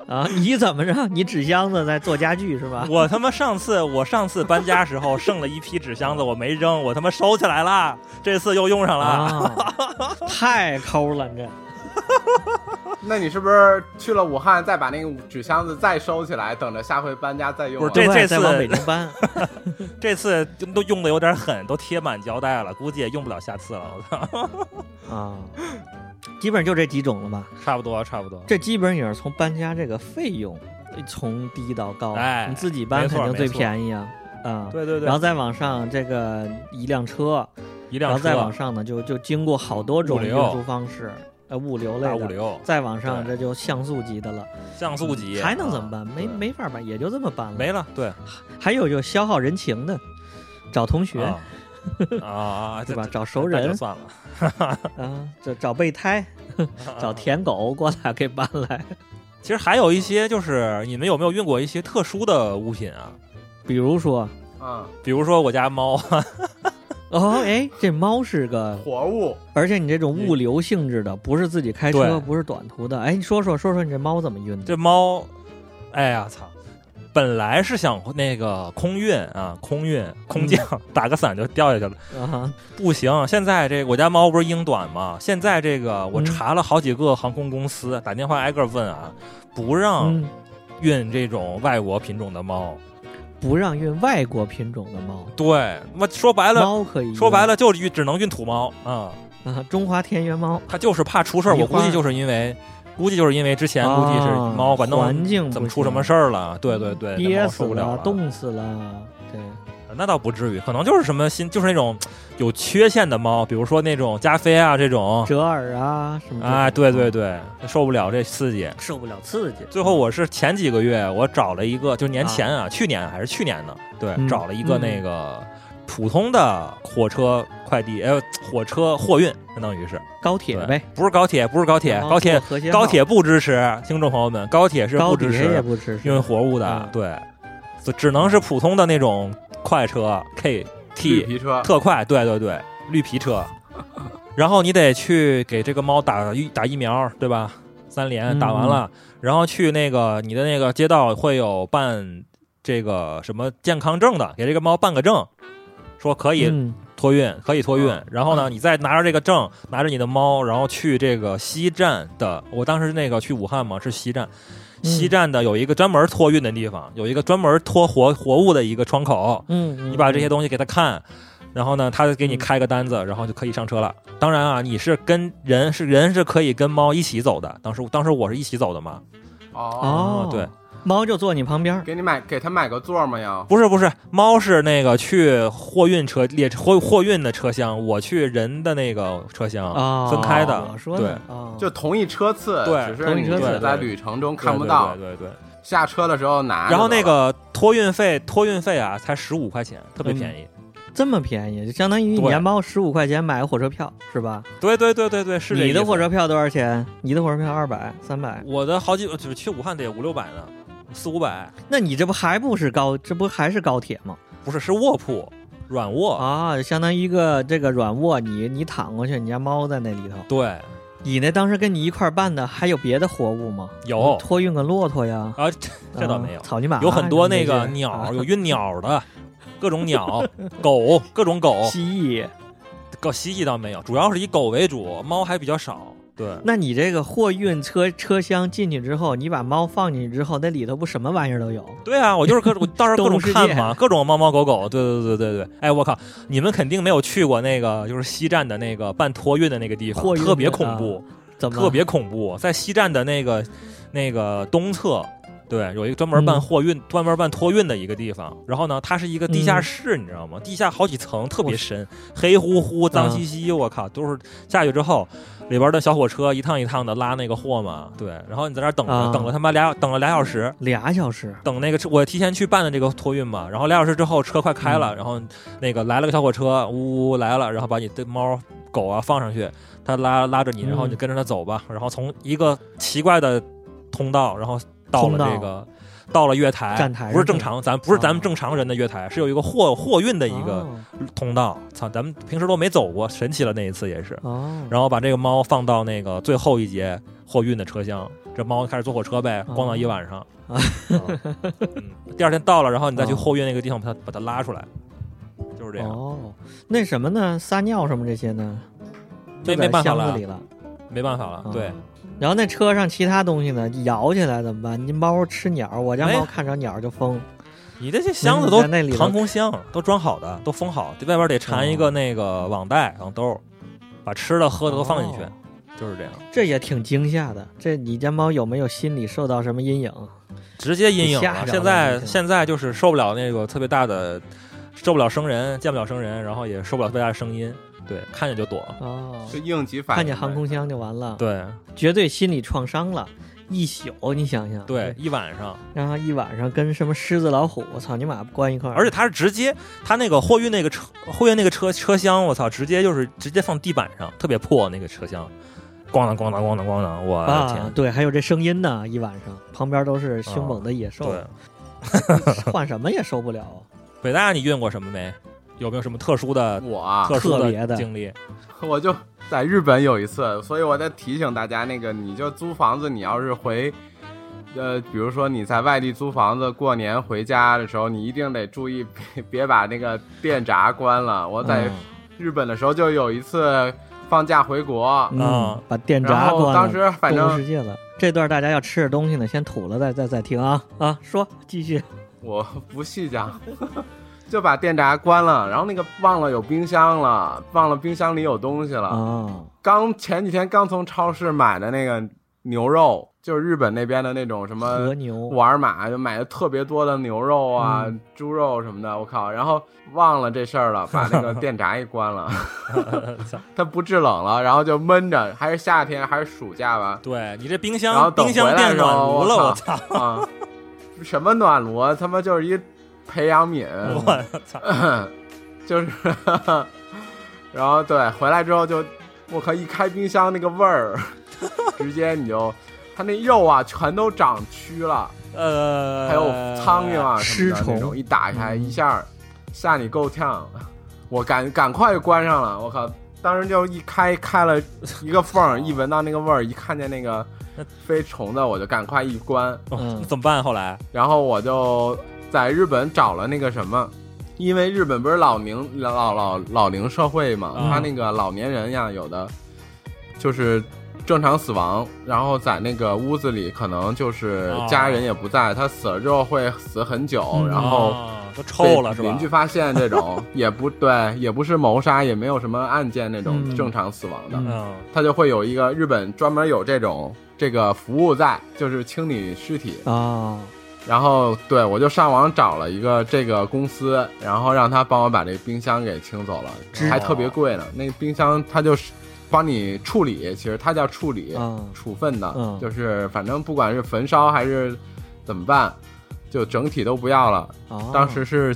S2: 啊！ 你怎么着？你纸箱子在做家具是吧？
S3: 我他妈上次我上次搬家时候剩了一批纸箱子，我没
S2: 啊
S3: 扔，我他妈收起来了，这次又用上了。
S2: 啊，太抠了你这。
S4: 那你是不是去了武汉，再把那个纸箱子再收起来，等着下回搬家再用啊？
S3: 不是这
S2: 对
S3: 次
S2: 再往北京 搬，
S3: 这次都用的有点狠，都贴满胶带了，估计也用不了下次了。我操，
S2: 啊，基本就这几种了吧？
S3: 差不多，差不多。
S2: 这基本也是从搬家这个费用呃从低到高，
S3: 哎
S2: 你自己搬
S3: 没错
S2: 肯定最
S3: 没错
S2: 便宜啊，啊、
S3: 对对对，
S2: 然后再往上，这个一辆车，
S3: 一
S2: 然
S3: 辆
S2: 后
S3: 车
S2: 再往上呢，就就经过好多种
S3: 物
S2: 运
S3: 流
S2: 输方式，呃，物流类
S3: 大
S2: 的，
S3: 物流，
S2: 再往上
S3: 对
S2: 这就像素级的了，
S3: 像素级
S2: 还能怎么
S3: 啊
S2: 办？没
S4: 对
S2: 没法办，也就这么办了。
S3: 没了，对，
S2: 还有就消耗人情的，找同学
S3: 啊啊啊，
S2: 对
S3: 这
S2: 吧？
S3: 这
S2: 找熟
S3: 那就
S2: 人
S3: 算了，
S2: 啊，这找备胎，
S3: 啊
S2: 找舔狗过来给搬来。
S3: 其实还有一些就是，你们有没有运过一些特殊的物品啊？
S2: 比如说，
S4: 嗯，
S3: 比如说我家猫，
S2: 哦，哎，这猫是个，
S4: 活物
S2: 而且你这种物流性质的，不是自己开车，
S3: 对
S2: 不是短途的。哎，你说说说说你这猫怎么运的？
S3: 这猫，哎呀操！本来是想那个空运啊，空运空降，
S2: 嗯
S3: 打个伞就掉下去了。
S2: 啊，
S3: 不行，现在这我家猫不是英短吗？现在这个我
S2: 嗯
S3: 查了好几个航空公司，打电话挨个问啊，不让
S2: 嗯，
S3: 运这种外国品种的猫。
S2: 不让运外国品种的猫，
S3: 对，我说白了，
S2: 猫可以运
S3: 说白了就是运只能运土猫啊。
S2: 啊，中华田园猫。
S3: 它就是怕出事儿，
S2: 米
S3: 我
S2: 花
S3: 估计就是因为，估计就是因为之前估计是
S2: 啊
S3: 猫反
S2: 环
S3: 正
S2: 境
S3: 怎么
S2: 不
S3: 出什
S2: 行
S3: 么事儿了？对对对，这
S2: 憋
S3: 猫
S2: 死
S3: 受不了啊了。
S2: 冻死了，对，
S3: 那倒不至于，可能就是什么新，就是那种有缺陷的猫，比如说那种加菲啊这种，
S2: 折耳啊什么的，
S3: 啊，对对对，受不了这刺激。
S2: 受不了刺激。
S3: 最后我是前几个月我找了一个，就年前啊，去年还是去年呢，对，
S2: 嗯
S3: 找了一个那个普通的火车快递，呃，火车货运，相当于是
S2: 高铁
S3: 对
S2: 呗，
S3: 不是高铁，不是高铁，
S2: 然后
S3: 高铁
S2: 坐和谐号
S3: 高铁不支持，听众朋友们，高铁是
S2: 高
S3: 不支
S2: 铁也
S3: 持
S2: 不支持
S3: 运活物的
S2: 嗯，
S3: 对，只只能是普通的那种快车
S4: 绿
S3: KT
S4: 皮车，
S3: 特快，对对对，绿皮 车。然后你得去给这个猫打疫打疫苗，对吧？三联打完了，
S2: 嗯
S3: 然后去那个你的那个街道会有办这个什么健康证的，给这个猫办个证，说可以
S2: 嗯
S3: 托运，可以托运。
S4: 嗯
S3: 然后呢，你再拿着这个证，拿着你的猫，然后去这个西站的，我当时那个去武汉嘛，是西站。
S2: 嗯
S3: 西站的有一个专门托运的地方，有一个专门托活活物的一个窗口，
S2: 嗯，嗯
S3: 你把这些东西给他看，然后呢，他就给你开个单子，然后就可以上车了。当然啊，你是跟人是人是可以跟猫一起走的。当时当时我是一起走的嘛。
S4: 哦，
S2: 哦，
S3: 啊对，，
S2: 猫就坐你旁边儿，
S4: 给你买给他买个座嘛要，
S3: 不是不是，猫是那个去货运车列车货货运的车厢，我去人的那个车厢，
S4: 哦
S2: 啊，
S3: 分开的
S2: 我说呢，啊，
S4: 就同一车次，
S3: 对
S4: 只是
S2: 同一
S4: 你
S2: 车
S3: 次
S4: 只在
S3: 对
S4: 旅程中
S3: 对
S4: 看不到，
S3: 对对对对。
S4: 下车的时候拿着
S3: 然后那
S4: 走了
S3: 个托运费托运费啊，才十五块钱，特别
S2: 嗯
S3: 便宜。
S2: 这么便宜，就相当于你
S3: 对
S2: 家猫十五块钱买个火车票是吧？
S3: 对对对对对，是这
S2: 你的
S3: 意思
S2: 火车票多少钱？你的火车票二百、三百，
S3: 我的好几就是去武汉得五六百呢，四五百，
S2: 那你这不还不是高，这不还是高铁吗？
S3: 不是是卧铺软卧。
S2: 啊，相当于一个这个软卧，你你躺过去，你家猫在那里头。
S3: 对，
S2: 你那当时跟你一块儿办的还有别的活物吗？
S3: 有
S2: 托运个骆驼呀，
S3: 啊，这哦这倒没有
S2: 啊，草泥马啊
S3: 有很多那
S2: 什么这
S3: 个
S2: 些
S3: 鸟，
S2: 啊
S3: 有运鸟的，各种鸟， 狗，各种狗，
S2: 蜥蜴。
S3: 狗蜥蜴倒没有，主要是以狗为主，猫还比较少。对，
S2: 那你这个货运车车厢进去之后，你把猫放进去之后，那里头不什么玩意儿都有？
S3: 对啊，我就 是各我到时候各
S2: 动
S3: 种
S2: 物世
S3: 看
S2: 界
S3: 嘛，各种猫猫狗狗。对对对对对，哎，我靠，你们肯定没有去过那个就是西站的那个办托运的那个地
S2: 货
S3: 方，
S2: 运
S3: 特别
S2: 的啊
S3: 恐怖，
S2: 怎么
S3: 特别恐怖，在西站的那个那个东侧。对，有一个专门办
S2: 嗯
S3: 货运、专门办托运的一个地方。然后呢，它是一个地下
S2: 嗯
S3: 室，你知道吗？地下好几层，特别
S2: 我
S3: 深，黑乎乎、脏
S2: 啊
S3: 兮兮。我靠，都是下去之后，里边的小火车一趟一趟的拉那个货嘛。对，然后你在那儿等着，
S2: 啊
S3: 等了他妈俩，等了俩小时，
S2: 俩小时？
S3: 等那个车，我提前去办的这个托运嘛，然后俩小时之后车快开
S2: 嗯
S3: 了，然后那个来了个小火车，呜呜来了，然后把你的猫狗啊放上去，它拉拉着你，
S2: 嗯
S3: 然后你就跟着它走吧，然后从一个奇怪的通道，然后到了这个。到了月台，
S2: 站台上
S3: 不是正常，咱不是
S2: 啊
S3: 咱们正常人的月台，是有一个货货运的一个
S2: 哦
S3: 通道。操，咱们平时都没走过，神奇了那一次也是。
S2: 哦，
S3: 然后把这个猫放到那个最后一节货运的车厢，这猫开始坐火车呗，
S2: 哦
S3: 逛到一晚上。
S2: 啊
S3: 嗯，第二天到了，然后你再去
S2: 哦
S3: 货运那个地方把它把它拉出来，就是这样。
S2: 哦，那什么呢？撒尿什么这些呢？
S3: 没
S2: 就在
S3: 没办法
S2: 箱
S3: 了
S2: 子里了
S3: 没办法了
S2: 嗯。
S3: 对，
S2: 然后那车上其他东西呢，咬起来怎么办？您猫吃鸟，我家
S3: 没
S2: 猫
S3: 有
S2: 看着鸟就疯。
S3: 你这些箱子都
S2: 在那里头哦
S3: 航空箱都装好的，都封好，外边得缠一个那个网袋，然后兜，把吃的喝的都放进去
S2: 哦，
S3: 就是这样，
S2: 这也挺惊吓的。这你家猫有没有心理受到什么阴影？
S3: 直接阴影
S2: 吓着了
S3: 了。现在
S2: 这
S3: 现在就是受不了那个特别大的，受不了生人，见不了生人，然后也受不了特别大的声音，对，看见就躲。
S2: 哦，
S4: 是应急反应呗。
S2: 看见航空箱就完了，
S3: 对
S2: 绝对心理创伤了。一宿，你想想，
S3: 对，，一晚上，
S2: 然后一晚上跟什么狮子、老虎，我操你妈关一块儿，
S3: 而且它是直接，它那个货运那个车，货运那个车车厢，我操，直接就是直接放地板上，特别破那个车厢，咣当咣当咣当咣当，我的
S2: 啊
S3: 天，，
S2: 对，还有这声音呢，一晚上旁边都是凶猛的野兽，
S3: 对，
S2: 换什么也受不了啊。
S3: 北大你运过什么没？有没有什么特殊的、
S4: 我啊，
S3: 特殊
S2: 特别的
S3: 经历？
S4: 我就在日本有一次，所以我在提醒大家，那个你就租房子，你要是回，呃，比如说你在外地租房子，过年回家的时候，你一定得注意，别别把那个电闸关了。 我在
S3: 嗯
S4: 日本的时候就有一次放假回国，
S2: 嗯
S3: 啊，，
S2: 把电闸
S4: 然后
S2: 关了，
S4: 当时反
S2: 动物
S4: 正
S2: 世界了。这段大家要吃点东西呢，先吐了再再再听啊啊，说继续
S4: 我不细讲， 就把电闸关了，然后那个忘了有冰箱了，忘了冰箱里有东西了。
S2: 啊，
S4: 刚前几天刚从超市买的那个牛肉，就是日本那边的那种什
S2: 和
S4: 么
S2: 牛
S4: 沃尔玛就买的特别多的牛肉啊、
S2: 嗯
S4: 猪肉什么的，我靠！然后忘了这事 儿了，把那个电闸给关了， 它不制冷了，然后就闷着，还是夏天还是暑假吧
S3: 对你这冰
S4: 然后
S3: 箱
S4: 等
S3: 冰箱
S4: 回来
S3: 变
S4: 的时候
S3: 暖炉了，
S4: 我
S3: 我操！
S4: 啊，什么暖炉啊，他妈就是一培养皿，
S3: 我操！
S4: 就是，然后对，回来之后就，我靠，一开冰箱那个味儿， 直接你就，它那肉啊全都长蛆了，
S3: 呃，
S4: 还有苍蝇啊什么
S2: 尸
S4: 的
S2: 虫
S4: 那种，一打开
S2: 嗯
S4: 一下吓你够呛，我赶赶快就关上了，我靠，当时就一开开了一个缝儿，一闻到那个味儿，一看见那个飞虫子，我就赶快一关，
S3: 哦
S2: 嗯
S3: 怎么办？后来
S4: 然后我就在日本找了那个什么，因为日本不是老龄老老老龄社会嘛，
S3: 嗯
S4: 他那个老年人呀，有的就是正常死亡，然后在那个屋子里可能就是
S3: 哦
S4: 家人也不在，他死了之后会死很久，
S2: 嗯
S4: 然后。
S3: 啊都臭了是
S4: 邻
S3: 吧
S4: 居？发现这种也不对，也不是谋杀，也没有什么案件那种
S2: 嗯
S4: 正常死亡的，
S2: 嗯
S3: 嗯，
S4: 他就会有一个日本专门有这种这个服务在，就是清理尸体。
S2: 啊，
S4: 然后对我就上网找了一个这个公司，然后让他帮我把这冰箱给清走了，
S2: 知
S4: 还特别贵呢。那个冰箱他就是帮你处理，其实它叫处理、
S2: 嗯
S4: 处分的，
S2: 嗯
S4: 就是反正不管是焚烧还是怎么办，就整体都不要了。
S2: 啊！
S4: 当时是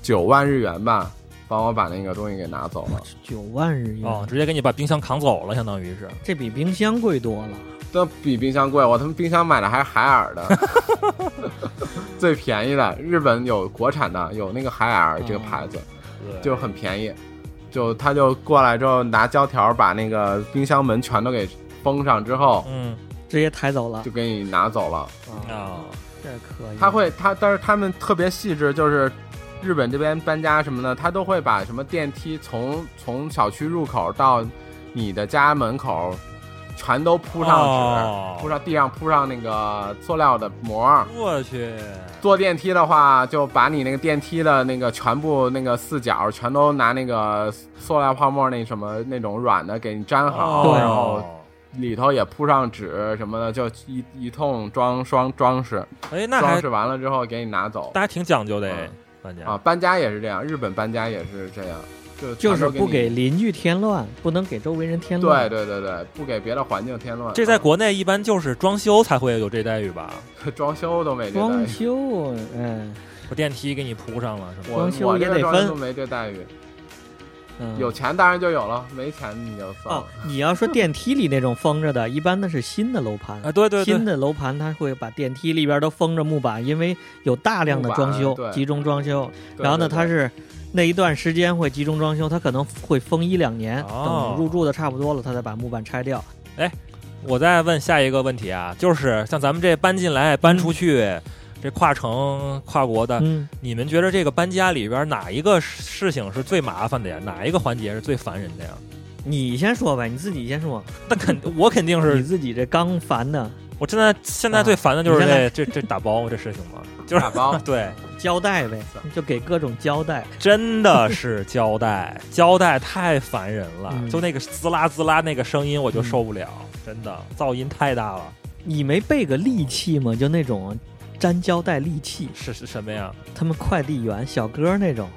S4: 九万日元吧，帮我把那个东西给拿走 了。
S2: 九万日元，
S3: 哦，直接给你把冰箱扛走了，相当于是。
S2: 这比冰箱贵多了。
S4: 这比冰箱贵，我他妈冰箱买的还是海 尔的，最便宜的。日本有国产的，有那个海尔这个
S2: 嗯
S4: 牌子。就很便宜，就他就过来之后拿胶条把那个冰箱门全都给封上之后，
S3: 嗯
S2: 直接抬走了
S4: 就给你拿走了。
S2: 嗯
S3: 啊，
S2: 这可以。
S4: 他会他，但是他们特别细致，就是日本这边搬家什么的，他都会把什么电梯从从小区入口到你的家门口，全都铺上纸，
S3: 哦
S4: 铺上地上铺上那个塑料的膜儿。
S3: 我去，
S4: 坐电梯的话，就把你那个电梯的那个全部那个四角全都拿那个塑料泡沫那什么那种软的给你粘好，
S2: 对
S4: 然后
S3: 哦
S4: 里头也铺上纸什么的，就一一通装装装饰，
S3: 哎，那
S4: 装
S3: 还
S4: 饰完了之后给你拿走
S3: 大。家挺讲究的哎
S4: 嗯，
S3: 关键
S4: 啊，搬家也是这样，日本搬家也是这样，就
S2: 就
S4: 就是
S2: 不给
S4: 给你。
S2: 邻居添乱，不能给周围人添
S4: 对
S2: 乱。
S4: 对对对，不给别的环境添乱。
S3: 这在国内一般就是装修才会有这待遇吧？
S4: 装修都没这待
S2: 装
S4: 遇，
S2: 修，嗯
S3: 把电梯给你铺上了是吧？
S4: 我
S2: 装修
S4: 我这
S2: 也
S4: 个
S2: 得
S4: 装修
S2: 分
S4: 都没这待遇。
S2: 嗯，
S4: 有钱当然就有了，没钱你就算
S2: 哦
S4: 了。，
S2: 你要说电梯里那种封着的，一 般那是新的楼盘
S3: 啊，对对对
S2: 新，的楼盘它会把电梯里边都封着木板，因为有大量的装修
S4: 木板，对
S2: 集中装修。
S4: 对
S2: 然后呢，
S4: 对对
S2: 它是那一段时间会集中装修，它可能会封一两年，
S3: 哦
S2: 等入住的差不多了，它再把木板拆掉。
S3: 我再问下一个问题啊，就是像咱们这搬进来、搬出
S4: 嗯
S3: 去，这跨城、跨国的，
S2: 嗯，
S3: 你们觉得这个搬家里边哪一个事情是最麻烦的呀？哪一个环节是最烦人的呀？
S2: 你先说呗，你自己先说，
S3: 那肯我肯定
S2: 你
S3: 是，
S2: 自己这刚烦的
S3: 我现在现在最烦的就是
S2: 你先
S3: 这这这打包这事情嘛，就是
S4: 打包
S3: 对，
S2: 交代呗，就给各种交代。
S3: 真的是胶带，胶带太烦人了，
S2: 嗯
S3: 就那个滋啦滋啦那个声音我就受不了，真的噪音太大了。
S2: 你没备个利器吗？就那种粘胶带利器，
S3: 是是什么呀？
S2: 他们快递员小哥那种，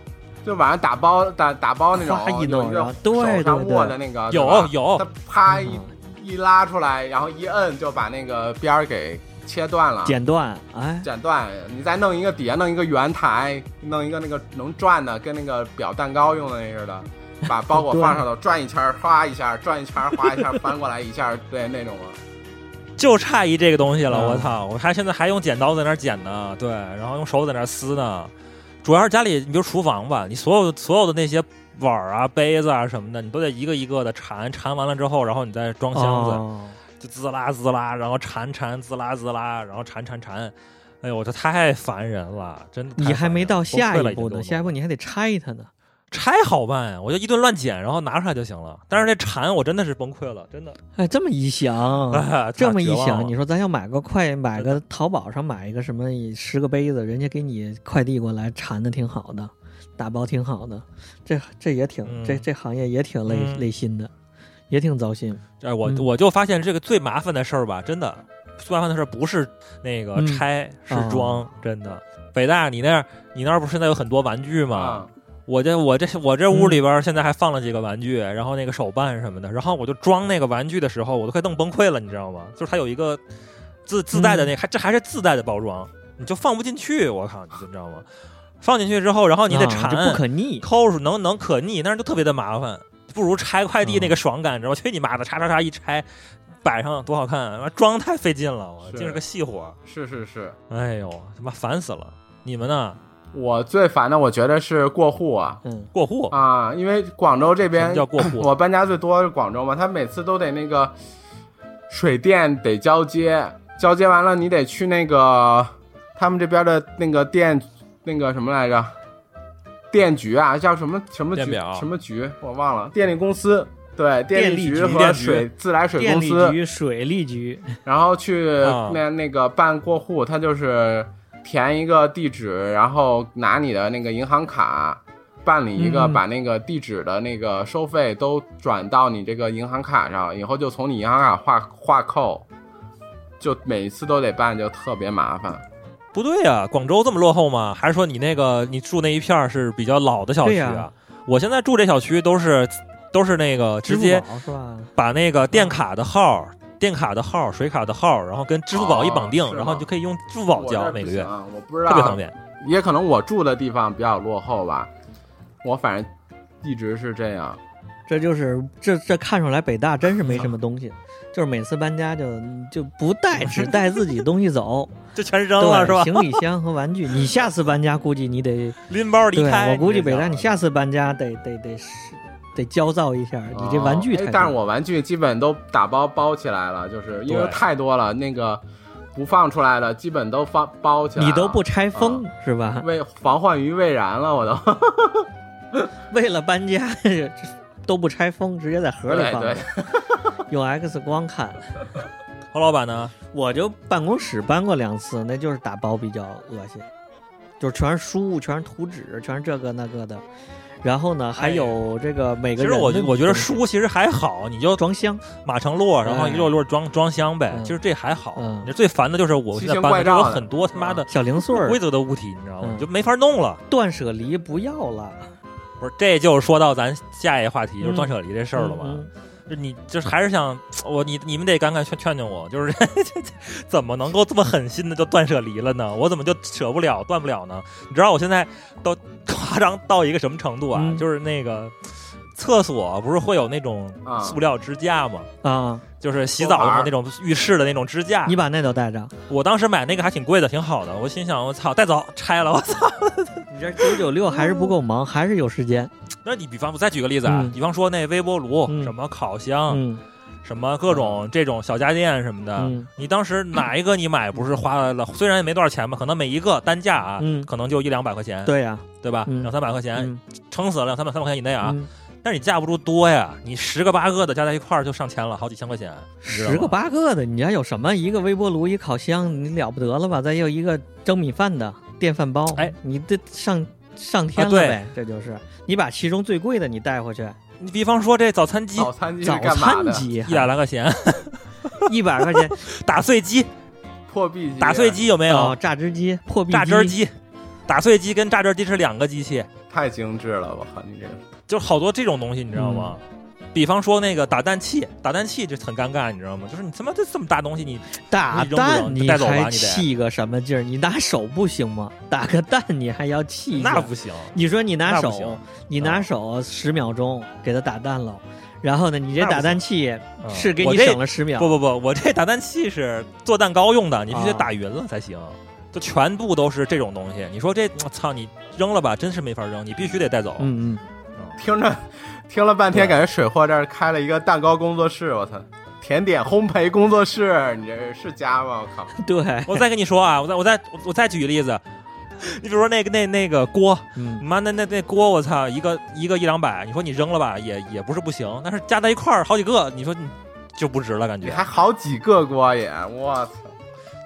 S4: 就晚上打包打打包那种
S2: 哗，一
S4: 有
S2: 弄
S4: 一
S2: 然后
S4: 个
S2: 对
S4: 手上
S2: 对对
S4: 握的那个，
S3: 有
S4: 对吧
S3: 有
S4: 它啪一
S2: 嗯
S4: 一拉出来，然后一摁就把那个边儿给切断了。
S2: 剪断，哎，
S4: 剪断，你再弄一个底下弄一个圆台，弄一个那个能转的，跟那个表蛋糕用的那似的，把包裹
S2: 对
S4: 放上头，转一圈儿，哗一下，转一圈儿，哗一下，翻过来一下，对那种啊。
S3: 就差一这个东西了，
S2: 嗯
S3: 我操！我还现在还用剪刀在那儿剪呢，对，然后用手在那儿撕呢。主要是家里，你比如厨房吧，你所有所有的那些碗儿啊、杯子啊什么的，你都得一个一个的缠，缠完了之后，然后你再装箱子，
S2: 哦
S3: 就滋啦滋啦，然后缠缠滋啦滋啦，然后缠缠缠。哎呦，我这太烦人了，真的太烦人
S2: 你
S3: 了。
S2: 还没到下
S3: 崩溃了
S2: 一
S3: 已经
S2: 步
S3: 都
S2: 呢，下一步你还得拆它呢。
S3: 拆好办呀，我就一顿乱剪，然后拿出来就行了。但是这缠我真的是崩溃了，真的。
S2: 哎，这么一想，
S3: 哎
S2: 这么一
S3: 绝望了
S2: 想，你说咱要买个快，买个淘宝上买一个什么十个杯子，人家给你快递过来，缠的挺好的，打包挺好的，这这也挺、
S3: 嗯
S2: 这这行业也挺累、
S3: 嗯
S2: 累心的，也挺糟心。
S3: 哎，我、
S2: 嗯
S3: 我就发现这个最麻烦的事儿吧，真的最麻烦的事儿不是那个
S2: 嗯
S3: 拆，
S2: 啊
S3: 是装，真的。北大，你那儿你那儿不是现在有很多玩具吗？
S4: 嗯，
S3: 我这我这我这
S2: 嗯
S3: 屋里边儿现在还放了几个玩具，然后那个手办什么的，然后我就装那个玩具的时候，我都快弄崩溃了，你知道吗？就是它有一个自自带的
S2: 嗯
S3: 那还、这还是自带的包装，你就放不进去，我靠，你就知道吗？放进去之后，然哦后你得
S2: 啊
S3: 缠，
S2: 这不可逆。
S3: 抠是能能可逆，但是就特别的麻烦，不如拆快递
S2: 嗯
S3: 那个爽感，知道吗？去你妈的，叉叉叉一拆，摆上多好看啊！完装太费劲了，我
S4: 是
S3: 竟是个细活儿，
S4: 是是是，
S3: 哎呦，他妈烦死了！你们呢？
S4: 我最烦的我觉得是过户啊
S2: 嗯，
S3: 过户？
S4: 啊，因为广州这
S3: 什
S4: 边
S3: 么叫过户？
S4: 我搬家最多是广州嘛，他每次都得那个水电得交接，交接完了你得去那个他们这边的那个电那个什么来着，电局啊，叫什么什么
S3: 电
S4: 局
S3: 表
S4: 什么局我忘了，电力公司。对，
S2: 电
S4: 电
S2: 力
S4: 力
S2: 局
S4: 局和
S3: 电局
S4: 水自来水
S2: 电
S4: 公
S2: 力
S4: 司，
S2: 局、水利局，
S4: 然后去
S3: 啊
S4: 那那个办过户，他就是填一个地址，然后拿你的那个银行卡办理一个，
S2: 嗯
S4: 把那个地址的那个收费都转到你这个银行卡上，以后就从你银行卡划划扣，就每一次都得办，就特别麻烦。
S3: 不对呀、广州这么落后吗？还是说你那个你住那一片儿是比较老的小
S2: 对
S3: 区
S2: 呀
S3: 啊？我现在住这小区都是都是那个直接
S2: 支付宝是吧？
S3: 把那
S4: 嗯
S3: 个电卡的号、电卡的号、水卡的号，然后跟支付宝一绑定，
S4: 哦是吗
S3: 然后你就可以用支付宝交每个月，
S4: 啊，我不知道，
S3: 特别方便。
S4: 也可能我住的地方比较落后吧，我反正一直是这样。
S2: 这就是这这看出来北大真是没 什么东西，就是每次搬家就就不带，只带自己东西走，
S3: 就全扔
S2: 对
S3: 了是吧？
S2: 行李箱和玩具，你下次搬家估计你得
S3: 拎包离
S2: 对，
S3: 开。
S2: 我估计北大你
S3: 下
S2: 下次搬家得得得是得焦躁一下，你这
S4: 哦
S2: 玩具
S4: 哎
S2: 太多了、
S4: 但是我玩具基本都打包包起来了，就是因为
S3: 对
S4: 太多了，那个不放出来的基本都放包起来了。
S2: 你都不拆封、
S3: 啊
S2: 是吧？
S4: 为防患于未然了，我都。
S2: 为了搬家 都不拆封，直接在盒里
S4: 对
S2: 放
S4: 对
S2: 着，用 X 光看。
S3: 侯老板呢？
S2: 我就办公室搬过两次，那就是打包比较恶心，就是全是书，全是图纸，全是这个那个的。然后呢，还
S3: 哎
S2: 有这个每
S3: 其
S2: 个
S3: 实
S2: 人
S3: 我
S2: 的
S3: 我觉得
S2: 东西
S3: 书其实还好，你就
S2: 装箱，
S3: 码成摞，然后一摞摞装装箱呗。
S2: 嗯
S3: 其实这还好。
S2: 嗯
S3: 你最烦的就是我现在
S4: 奇形
S3: 搬
S4: 怪
S3: 的
S4: 状
S3: 有
S4: 的
S3: 很多他妈的
S2: 小零碎
S3: 不
S2: 儿
S3: 规，则的物体，你知道吗？
S2: 嗯
S3: 你就没法弄了。
S2: 断舍离不要了，
S3: 不是，这就是说到咱下一个话题，就是
S2: 嗯
S3: 断舍离这事儿了吧？
S2: 嗯嗯
S3: 就你就是还是想我你你们得赶快劝劝劝我，就是 这这怎么能够这么狠心的就断舍离了呢？我怎么就舍不了断不了呢？你知道我现在都夸张到一个什么程度啊？
S2: 嗯
S3: 就是那个厕所不是会有那种
S4: 啊
S3: 塑料支架吗？
S2: 啊，
S3: 就是洗澡的时候那种浴室的那种支架，
S2: 你把那都带上。
S3: 我当时买那个还挺贵的，挺好的。我心想，我操，带走拆了，我操。
S2: 你这九九六还是不够忙，还是有时间。
S3: 那你比方我再举个例子啊，
S2: 嗯
S3: 比方说那微波炉、
S2: 嗯
S3: 什么烤箱、
S2: 嗯
S3: 什么各种这种小家电什么的，
S2: 嗯
S3: 你当时哪一个你买不是花了？ 虽然也没多少钱吧，可能每一个单价啊，
S2: 嗯
S3: 可能就一两百块钱，
S2: 对呀，
S3: 对吧？
S2: 嗯
S3: 两三百块钱，
S2: 嗯
S3: 撑死了两三百三百块钱以内啊。
S2: 嗯
S3: 但是你架不住多呀，你十个八个的加在一块儿就上千了，好几千块钱，你知道吗
S2: 十个八个的，你家有什么？一个微波炉，一烤箱，你了不得了吧？再有一个蒸米饭的电饭煲，
S3: 哎，
S2: 你这上上天了
S3: 啊对
S2: 呗，这就是你把其中最贵的你带回去，
S3: 你比方说这早餐机
S2: 哦
S4: 早餐机是
S2: 早
S4: 干嘛
S2: 餐
S4: 的？
S2: 机
S3: 一百来块钱，
S2: 一百块钱，
S3: 打碎机、
S4: 破壁机，
S3: 打碎机有没有？
S2: 哦，榨汁机、破壁
S3: 哎榨汁儿机、打碎机跟榨汁儿机是两个机器，
S4: 太精致了，我靠你这个！
S3: 就好多这种东西，你知道吗？
S2: 嗯
S3: 比方说那个打蛋器，打蛋器这很尴尬，你知道吗？就是你他妈这这么大东西，你
S2: 打
S3: 你扔不
S2: 蛋
S3: 扔带走吧
S2: 还
S3: 你得
S2: 气个什么劲儿？你拿手不行吗？打个蛋你还要气？
S3: 那不行，
S2: 你说你拿
S3: 那不
S2: 手
S3: 行，嗯
S2: 你拿手十秒钟给它打蛋了，然后呢，你这
S3: 那不
S2: 打蛋器
S3: 嗯
S2: 是给
S3: 我
S2: 你
S3: 这
S2: 省了十秒
S3: 不，不不，我这打蛋器是做蛋糕用的，你必须得
S2: 啊
S3: 打匀了才行。就全部都是这种东西，你说这我操，你扔了吧，真是没法扔，你必须得带走。
S2: 嗯嗯，
S4: 听着听了半天，
S3: 对
S4: 感觉水货这儿开了一个蛋糕工作室，我操！甜点烘焙工作室，你这是家吗？ 我靠！
S2: 对，
S3: 我再跟你说啊，我再我再我再举个例子，你比如说那个那那个锅，
S2: 嗯
S3: 你妈那那那锅，我操，一个一个一两百，你说你扔了吧，也也不是不行，但是加在一块儿好几个，你说你就不值了，感
S4: 你
S3: 觉。
S4: 还好几个锅也，我操！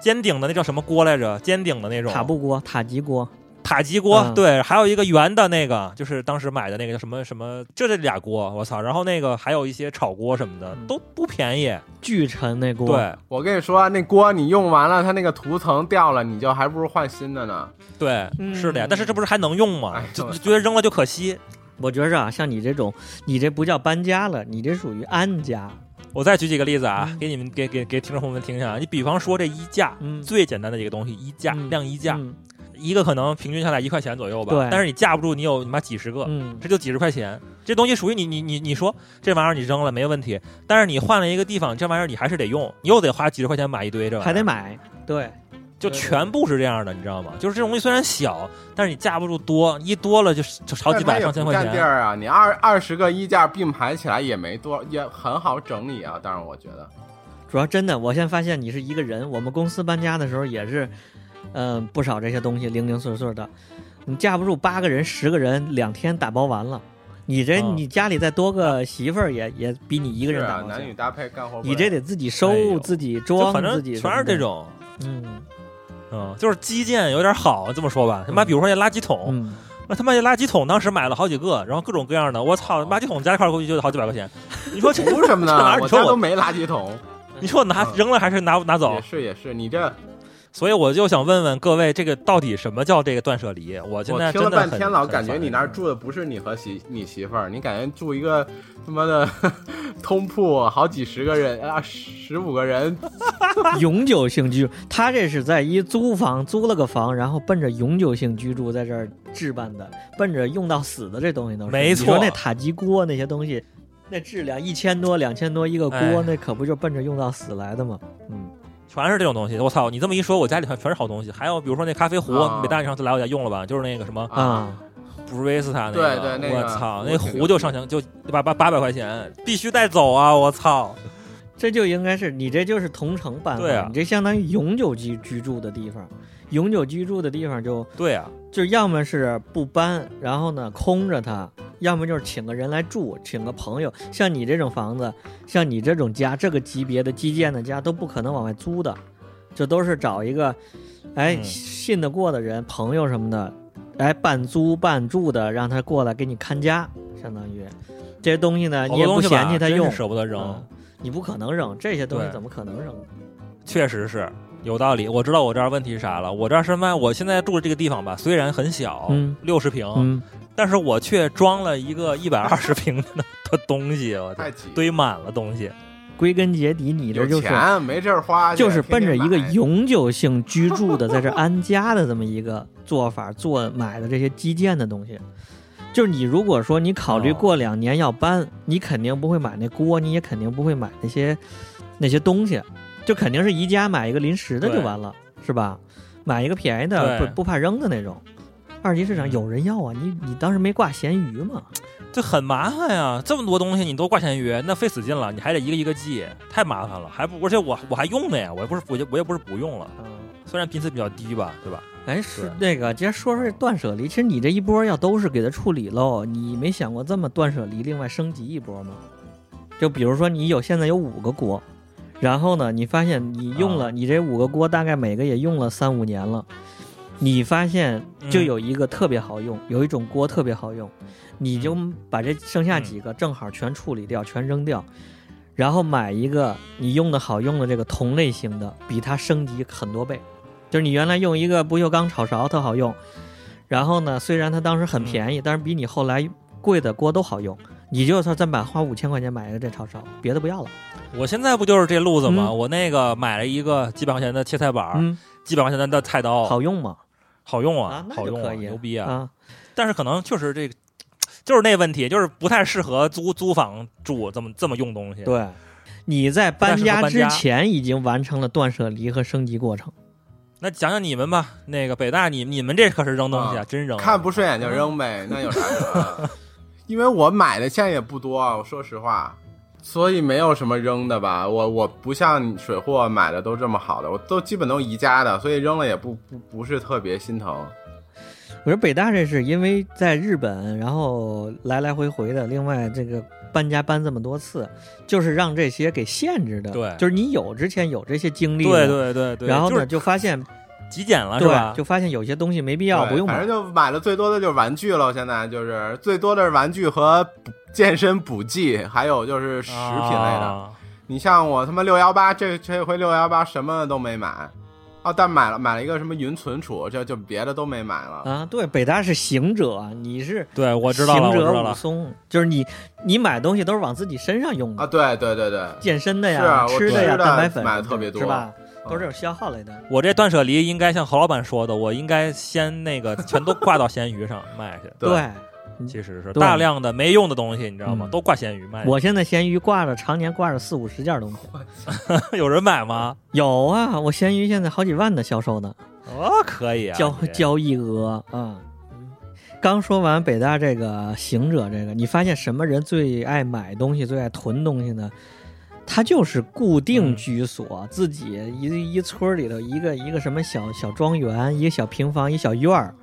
S3: 尖顶的那叫什么锅来着？尖顶的那种
S2: 塔布锅、塔吉锅，
S3: 塔吉锅，
S2: 嗯
S3: 对，还有一个圆的那个，就是当时买的那个叫什么什么，就这俩锅，我操，然后那个还有一些炒锅什么的
S2: 嗯
S3: 都不便宜，
S2: 巨沉那锅，
S3: 对
S4: 我跟你说，那锅你用完了，它那个涂层掉了，你就还不如换新的呢。
S3: 对，
S2: 嗯
S3: 是的呀，但是这不是还能用吗
S4: 哎？
S3: 就
S4: 我
S3: 就觉得扔了就可惜。
S2: 我觉着啊，像你这种，你这不叫搬家了，你这属于安家。
S3: 我再举几个例子啊
S2: 嗯，
S3: 给你们给给给听众朋友们听一下啊，你比方说这衣架，
S2: 嗯
S3: 最简单的一个东西，衣架
S2: 嗯
S3: 晾衣架，
S2: 嗯
S3: 一个可能平均下来一块钱左右吧，
S2: 对
S3: 但是你架不住你有你妈几十个，
S2: 嗯，
S3: 这就几十块钱，这东西属于你你你你说这玩意儿你扔了没问题，但是你换了一个地方，这玩意儿你还是得用，你又得花几十块钱买一堆这玩意儿，
S2: 还得，买，对，
S3: 就全部是这样的，你知道吗？就是这东西虽然小，但是你架不住多，一多了就就好
S4: 但
S3: 几
S4: 它
S3: 百
S4: 也
S3: 上千
S4: 不
S3: 块
S4: 占地
S3: 钱。
S4: 儿啊！你二二十个衣架并排起来也没多，也很好整理啊。当然，我觉得
S2: 主要真的，我现在发现你是一个人。我们公司搬家的时候也是，嗯、不少这些东西零零碎碎的，你架不住八个人、十个人，两天打包完了。你这、
S3: 嗯
S2: 你家里再多个媳妇儿也也比你一
S4: 一
S2: 个人打包强、
S4: 啊，男女搭配干活不累。
S2: 你这得自己
S3: 哎
S2: 收、
S3: 呦
S2: 自己
S3: 就
S2: 装、
S3: 反
S2: 自
S3: 正
S2: 己什
S3: 全
S2: 么
S3: 是这
S2: 的，
S3: 种，
S2: 嗯
S3: 嗯，就是基建有点好，这么说吧，他妈，比如说那垃圾桶，
S2: 嗯，
S3: 那他妈那垃圾桶当时买了好几个，然后各种各样的，我
S2: 哦
S3: 操，垃圾桶加一块儿估计就得好几百 块钱，你说 这
S4: 图什么
S3: 这玩意
S4: 呢
S3: 儿？
S4: 我
S3: 你说
S4: 家
S3: 我
S4: 都没垃圾桶。
S3: 你说我拿
S4: 嗯
S3: 扔了还是拿拿走
S4: 也？是也是，你这
S3: 所以我就想问问各位，这个到底什么叫这个断舍离？我现
S4: 我
S3: 在
S4: 听了
S3: 真的
S4: 半
S3: 很
S4: 天老
S3: 很
S4: 感觉
S3: 烦
S4: 你那儿住的不是你和媳你媳妇儿，你感觉住一个他妈的 通铺，好几十个人啊，十五个人，
S2: 永久性居住，他这是在一租房租了个房，然后奔着永久性居住在这儿置办的，奔着用到死的这东西都是。
S3: 没错
S2: 你说那塔吉锅那些东西，那质量一千多、两千多一个锅，
S3: 哎
S2: 那可不就奔着用到死来的吗？嗯，
S3: 全是这种东西。我操！你这么一说，我家里全全是好东西。还有比如说那咖啡壶，
S4: 啊
S3: 北大你上次来我家用了吧？就是那个什么
S4: 啊
S2: 啊，
S3: 布瑞斯塔那
S4: 对
S3: 个，
S4: 对那个
S3: 我操，
S4: 我
S3: 那
S4: 挺
S3: 壶
S4: 牛
S3: 就上墙就八八八百块钱，必须带走啊！我操，
S2: 这就应该是你这就是同城办法，
S3: 对啊
S2: 你这相当于永久居居住的地方，永久居住的地方就
S3: 对啊，
S2: 就要么是不搬，然后呢空着它，要么就是请个人来住，请个朋友。像你这种房子，像你这种家，这个级别的基建的家都不可能往外租的，这都是找一个，哎，
S3: 嗯
S2: 信得过的人，朋友什么的，哎，半租半住的，让他过来给你看家，相当于这些东西呢，
S3: 好
S2: 哎你
S3: 多
S2: 也
S3: 东
S2: 不
S3: 西
S2: 嫌
S3: 吧
S2: 弃他
S3: 真是
S2: 用，
S3: 舍不得扔。
S2: 嗯你不可能扔这些东西，
S3: 对
S2: 怎么可能扔呢？
S3: 确实是有道理。我知道我这儿问题是啥了。我这儿是卖，我现在住的这个地方吧，虽然很小
S2: 嗯，
S3: 六十、平，
S2: 嗯，
S3: 但是我却装了一个一百二十平的的东西，我操
S4: 太，挤，
S3: 堆满了东西。
S2: 归根结底，你这
S4: 有
S2: 就是
S4: 钱没地儿花去，
S2: 就是奔着一个
S4: 天天买
S2: 永久性居住的，在这儿安家的这么一个做法做买的这些基建的东西。就是你如果说你考虑
S3: 哦
S2: 过两年要搬，你肯定不会买那锅，你也肯定不会买那些那些东西，就肯定是宜家买一个临时的
S3: 对
S2: 就完了，是吧？买一个便宜的，
S3: 对
S2: 不不怕扔的那种。二级市场
S3: 嗯
S2: 有人要啊，你你当时没挂咸鱼吗？
S3: 这很麻烦呀，这么多东西你都挂闲鱼，那费死劲了，你还得一个一个记，太麻烦了，还不而且我我还用呢呀，我也不是我也我也不是不用了，
S2: 嗯，
S3: 虽然频次比较低吧，对吧？
S2: 哎，是那个，接着说说这断舍离。其实你这一波要都是给它处理喽，你没想过这么断舍离，另外升级一波吗？就比如说你有现在有五个锅，然后呢，你发现你用了、
S3: 啊
S2: 你这五个锅，大概每个也用了三五年了，你发现就
S3: 嗯
S2: 有一个特别好用，有一种锅特别好用，你就
S3: 嗯
S2: 把这剩下几个正好全处理掉，全扔掉。然后买一个你用的好用的这个同类型的，比它升级很多倍。就是你原来用一个不锈钢炒勺特好用，然后呢，虽然它当时
S3: 嗯
S2: 很便宜，但是比你后来贵的锅都好用。你就算再买花五千块钱买一个这炒勺，别的不要了。
S3: 我现在不就是这路子吗？
S2: 嗯
S3: 我那个买了一个几百块钱的切菜板儿，
S2: 嗯，
S3: 几百块钱的菜刀，好
S2: 好用吗？
S3: 用
S2: 啊那就
S3: 哦好用啊，
S2: 可以
S3: 牛逼啊！
S2: 啊，
S3: 但是可能确实这个，就是那问题，就是不太适合租租房住这么这么用东西。
S2: 对，你在搬
S3: 但是
S2: 家
S3: 不搬
S2: 之
S3: 家
S2: 前已经完成了断舍离和升级过程。
S3: 那讲讲你们吧，那个北大你你们这可是扔东西啊，
S4: 啊
S3: 真扔啊、
S4: 看不顺眼就扔呗，那有啥可？因为我买的现在也不多，我说实话，所以没有什么扔的吧。我我不像水货买的都这么好的，我都基本都宜家的，所以扔了也不不不是特别心疼。
S2: 我说北大这是因为在日本，然后来来回回的，另外这个搬家搬这么多次，就是让这些给限制的。
S3: 对
S2: 就是你有之前有这些经历的，
S3: 对对对对，
S2: 然后
S3: 就
S2: 呢
S3: 是
S2: 就发现，
S3: 极简啊了是吧
S2: 对，？就发现有些东西没必要，
S4: 对
S2: 不用
S4: 反
S2: 买
S4: 正。就买的最多的就是玩具了。现在就是最多的是玩具和补健身补剂，还有就是食品类的。
S3: 啊
S4: 你像我他妈六幺八这这回六幺八什么都没买，哦，但买了买了一个什么云存储，这就别的都没买了。
S2: 啊，对，北大是行者，你是
S3: 对，我知道了，我
S2: 行
S3: 知
S2: 者
S3: 道
S2: 武
S3: 了。
S2: 松，就是你你买东西都是往自己身上用的，
S4: 啊，对对对对，
S2: 健身的
S4: 是
S2: 呀，
S4: 啊我
S2: 吃的呀，
S4: 吃的
S2: 蛋白粉
S4: 买得特别多嗯
S2: 是吧？都是这种消耗类的。
S3: 我这断舍离应该像侯老板说的，我应该先那个 全都挂到闲鱼上卖去。
S4: 对
S2: 对，
S3: 其实是
S2: 对
S3: 大量的没用的东西，你知道吗？
S2: 嗯
S3: 都挂闲鱼卖。
S2: 我现在闲鱼挂着，常年挂着四五十件东西。
S3: 有人买吗？
S2: 有啊，我闲鱼现在好几万的销售呢，
S3: 哦，可以啊，
S2: 交
S3: 你
S2: 交易额啊。刚说完北大这个行者这个，你发现什么人最爱买东西、最爱囤东西呢？他就是固定
S3: 嗯
S2: 居所，自己一一村儿里头一个一个什么小小庄园，一个小平房，一小院儿，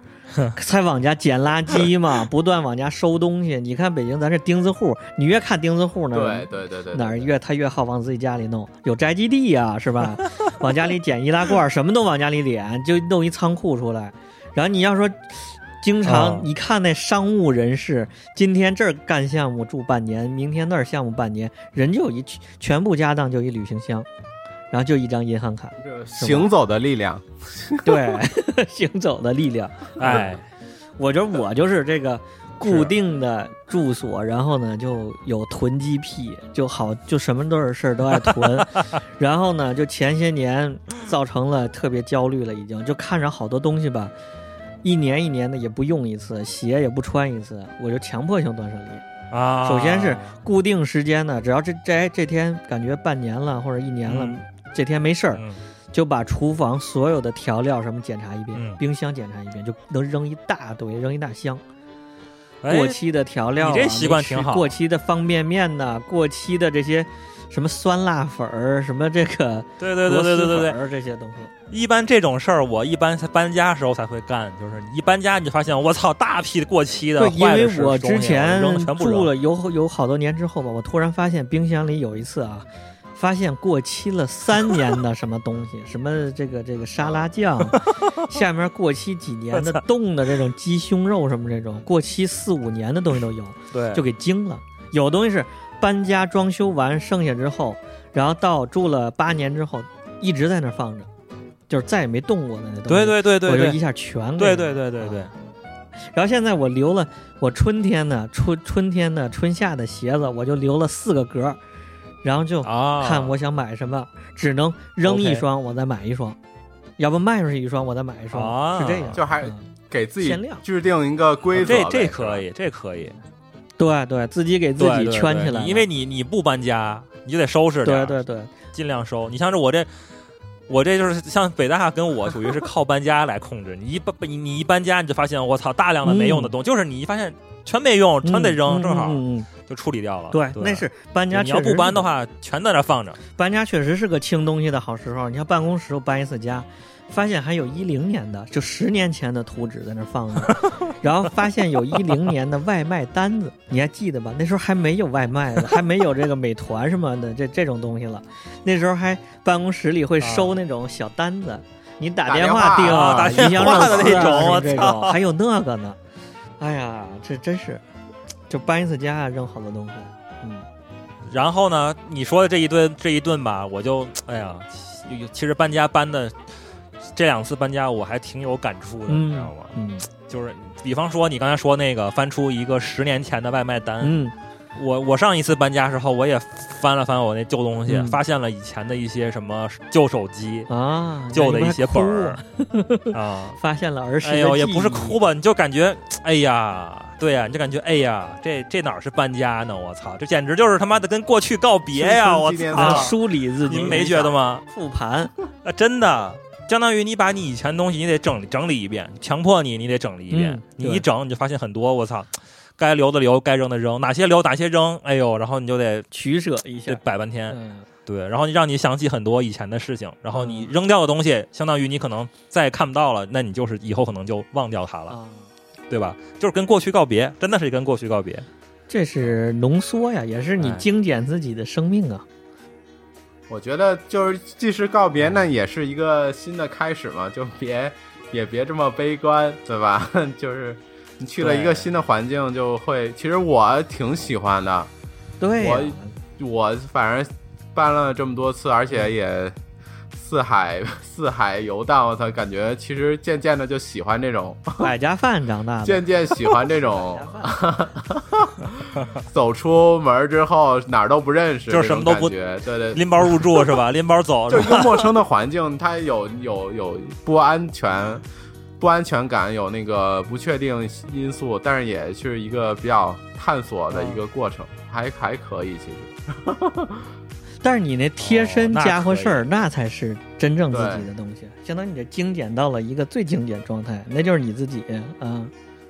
S2: 才往家捡垃圾嘛，不断往家收东西。你看北京咱这钉子户，你越看钉子户呢，
S4: 对对对对，
S2: 哪儿越他越好往自己家里弄，有宅基地呀、是 吧？往家里捡易拉罐儿，什么都往家里敛，就弄一仓库出来。然后你要说，经常
S3: 啊
S2: 你看那商务人士，今天这儿干项目住半年，明天那儿项目半年，人就有一全部家当就一旅行箱，然后就一张银行 卡，
S4: 这行走的力量，
S2: 对， 行走的力量。
S3: 哎，
S2: 我觉得我就是这 个固定的住所，然后呢就有囤积癖，就好就什么都是事儿都爱 囤，然后呢就前些年造成了特别焦虑了，已经就看着好多东西吧，一年一年的也不用一次，鞋也不穿一次，我就强迫性断舍离。
S3: 啊，
S2: 首先是固定时间呢，只要这这哎这天感觉半年了或者一年了，
S3: 嗯
S2: 这天没事儿，
S3: 嗯
S2: 就把厨房所有的调料什么检查一遍，
S3: 嗯
S2: 冰箱检查一遍，就能扔一大堆，扔一大箱。
S3: 哎
S2: 过期的调料啊、
S3: 你这习惯
S2: 没吃
S3: 挺好
S2: 过期的方便面呐、过期的这些什么酸辣粉儿，什么这个
S3: 对对对对对对
S2: 螺蛳
S3: 对
S2: 粉，儿这些东西。
S3: 一般这种事儿，我一般在搬家时候才会干，就是你一搬家你就发现，我操，大批过期的
S2: 对，因
S3: 坏的
S2: 为
S3: 是
S2: 我
S3: 东西
S2: 之前
S3: 扔全部
S2: 住
S3: 扔
S2: 了有有好多年之后吧，我突然发现冰箱里有一次啊。发现过期了三年的什么东 西，什么这个这个沙拉酱， 下面过期几年 的冻的这种鸡胸肉什么这种，过期四五年的东西都有。
S3: 对，
S2: 就给惊了。有东西是搬家装修完剩下之后，然后到住了八年之后，一直在那儿放着，就是再也没动过的那东西。
S3: 对对对对
S2: 我就一
S3: 对
S2: 下全给
S3: 对对对对对
S2: 啊，然后现在我留了我春天的春春天的春夏的鞋子，我就留了四个格儿，然后就
S3: 啊，
S2: 看我想买什么，只能扔一
S3: OK
S2: 双，我再买一双。要不卖出去一双，我再买一双，
S3: 啊
S2: 是这样。
S4: 就还
S2: 嗯
S4: 给自
S2: 限
S4: 己
S2: 量
S4: 制定一个规则
S3: 这
S4: 呗。
S3: 这可以，这可以，
S2: 对对，自己给自
S3: 对
S2: 己
S3: 对
S2: 圈
S3: 对
S2: 起来了，
S3: 因为你你不搬家，你就得收拾点
S2: 对
S3: 儿，
S2: 对对，
S3: 尽量收。你像是我这。我这就是像北大跟我属于是靠搬家来控制。你一搬你你一搬家，你就发现我操，大量的没用的东西，就是你一发现全没用，全得
S2: 嗯
S3: 扔，正好
S2: 嗯嗯嗯
S3: 就处理掉了。
S2: 对，那是搬家。
S3: 你要不搬的，话，全在那放着。
S2: 搬家确实是个清东西的好时候。你看办公室我搬一次家，发现还有一零年的，就十年前的图纸在那放着， 然后发现有一零年的外卖单子，你还记得吧？那时候还没有外卖了，还没有这个美团什么的这这种东西了。那时候还办公室里会
S3: 啊
S2: 收那种小单子，你打电话订
S3: 打
S2: 你
S3: 电
S2: 想
S3: 话啊打电话的那种我
S2: 这
S3: 操
S2: 种还有那个呢。哎呀，这真是，就搬一次家啊扔好多东西。嗯，
S3: 然后呢，你说的这一顿这一顿吧，我就哎呀，其其实搬家搬的这两次搬家我还挺有感触的，你知道吗？
S2: 嗯
S3: 就是比方说你刚才说那个翻出一个十年前的外卖单，
S2: 嗯
S3: 我我上一次搬家时候我也翻了翻我那旧东西，
S2: 嗯
S3: 发现了以前的一些什么旧手机、
S2: 啊，
S3: 旧的一些本
S2: 那你
S3: 儿
S2: 们还哭啊
S3: 啊。
S2: 发现了 儿时的
S3: 哎呦，也
S2: 记忆
S3: 不是哭吧，你就感觉，哎呀，对呀、你就感觉，哎呀，这这哪是搬家呢？我操，这简直就是他妈的跟过去告别呀！
S4: 青春
S3: 我
S4: 纪念
S2: 啊，
S4: 册
S3: 操，
S2: 梳理自己，
S3: 您没觉得吗？
S2: 复盘？
S3: 啊，真的，相当于你把你以前的东西你得整理整理一遍，强迫你你得整理一遍，
S2: 嗯
S3: 你
S2: 对
S3: 一整你就发现很多，我操，该留的留，该扔的扔，哪些留哪些扔，哎呦，然后你就得
S2: 取舍一
S3: 得
S2: 下，
S3: 摆半天，
S2: 嗯，
S3: 对，然后让你想起很多以前的事情，然后你扔掉的东西，相当于你可能再也看不到了，那你就是以后可能就忘掉它了，
S2: 啊，
S3: 对吧？就是跟过去告别，真的是跟过去告别，
S2: 这是浓缩呀，也是你
S3: 哎
S2: 精简自己的生命啊。
S4: 我觉得就是既是告别，那也是一个新的开始嘛，就别也别这么悲观，对吧？ 就是你去了一
S3: 对
S4: 个新的环境，就会其实我挺喜欢的，
S2: 对呀，
S4: 我反正搬了这么多次，而且也四海四海游荡，我操，感觉其实渐渐的就喜欢这种，
S2: 百家饭长大的，
S4: 渐渐喜欢这种
S2: 百家饭
S4: 走出门儿之后哪儿都不认识，
S3: 就是什么都不
S4: 对对
S3: 拎包入住是 吧？拎包走
S4: 就是一
S3: 吧？
S4: 个陌生的环境，它有有有不安全、不安全感，有那个不确定因素，但是也是一个比较探索的一个过程，还还可以，其实
S2: 但是你那贴身
S3: 哦那
S2: 家伙
S3: 可以
S2: 事儿，那才是真正自己的东西，相当于你这精简到了一个最精简状态，那就是你自己啊。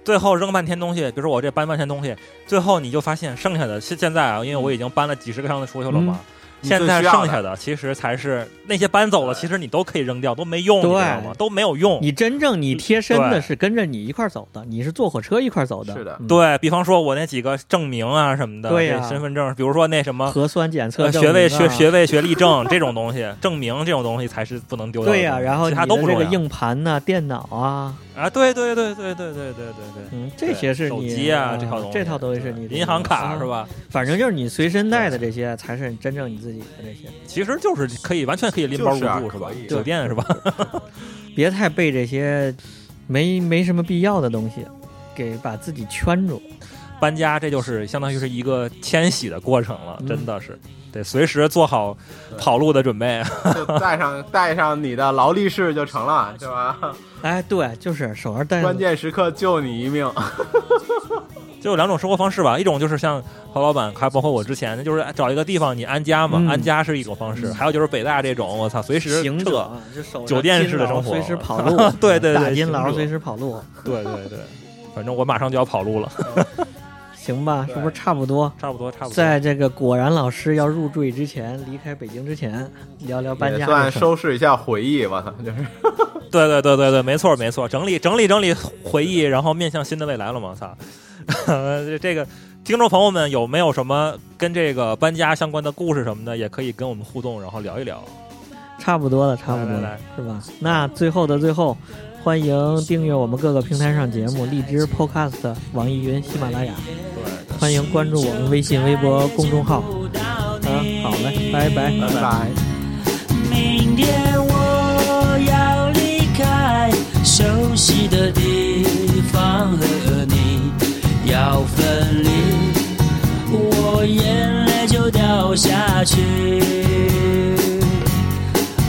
S3: 最后扔半天东西，比如说我这搬半天东西，最后你就发现剩下的，现现在啊，因为我已经搬了几十个箱子出去了嘛，
S4: 嗯
S3: 现在
S4: 你最需要的
S3: 剩下的其实才是那些搬走了，
S4: 对
S3: 其实你都可以扔掉，都没用，你
S2: 对
S3: 知道吗？都没有用。
S2: 你真正你贴身的
S3: 哦对
S2: 是跟着你一块儿走的，你是坐火车一块儿走的，
S4: 是的
S2: 嗯，
S3: 对比方说，我那几个证明啊什么的，
S2: 对呀
S3: 这身份证，比如说那什么
S2: 核酸检测
S3: 呃
S2: 证
S3: 学位、
S2: 明
S3: 学
S2: 啊
S3: 学位、学历证 这种东西，证明这种东西才是不能丢掉的东
S2: 对
S3: 西。
S2: 呀、然后
S3: 其
S2: 你
S3: 他
S2: 的
S3: 都不
S2: 这
S3: 重
S2: 个
S3: 要
S2: 硬盘呐、电脑啊，
S3: 啊！对对对对对对对对对
S2: 嗯，这些是
S3: 手
S2: 你嗯
S3: 机啊
S2: 这
S3: 这套东西
S2: 套东西是你的
S3: 对，银行卡
S2: 啊
S3: 是？吧？
S2: 反正就是你随身带的这些，才是真正你自己的这些。
S3: 其实就是可以完全可以拎包入
S4: 就是啊
S3: 住是吧
S4: 可以？
S3: 酒店是吧？
S2: 别太被这些没没什么必要的东西给把自己圈住。
S3: 搬家这就是相当于是一个迁徙的过程了，
S2: 嗯
S3: 真的是得随时做好跑路的准备。啊
S4: 就带上带上你的劳力士就成了，是吧？
S2: 哎，对，就是手上
S3: 嗯
S2: 带着
S4: 关键时刻救你一命，
S3: 就有两种生活方式吧，一种就是像何老板，还包括我之前，就是找一个地方你安家嘛，
S2: 嗯
S3: 安家是一种方式，
S2: 嗯
S3: 还有就是北大这种，我操，随时
S2: 行者
S3: 撤，
S2: 啊，就手上
S3: 酒店式
S2: 金
S3: 的生
S2: 劳
S3: 活，
S2: 随时跑路
S3: 对对对
S2: 打
S3: 行
S2: 金劳
S3: 者
S2: 随时跑路，
S3: 对对对，反正我马上就要跑路了，
S2: 行吧？
S4: 对
S2: 是不是差不多？
S3: 差不多差不多。
S2: 在这个果然老师要入赘之前，离开北京之前，聊聊搬
S4: 也
S2: 家
S4: 算
S2: 的事儿。
S4: 收拾一下回忆吧，就是
S3: 对对对对对，没错没错，整理整理整理回忆，然后面向新的未来了嘛，操！ 这这个听众朋友们有没有什么跟这个搬家相关的故事什么的，也可以跟我们互动，然后聊一聊。
S2: 差不多了，差不多
S3: 来来
S2: 了
S3: 来，
S2: 是吧？那最后的最后，欢迎订阅我们各个平台上节目，荔枝、Podcast、网易云、喜马拉雅，欢迎关注我们微信、微博公众号。啊，好嘞，拜拜。
S4: 拜拜。
S5: 明天我要离开熟悉的地方，和你要分离，我眼泪就掉下去。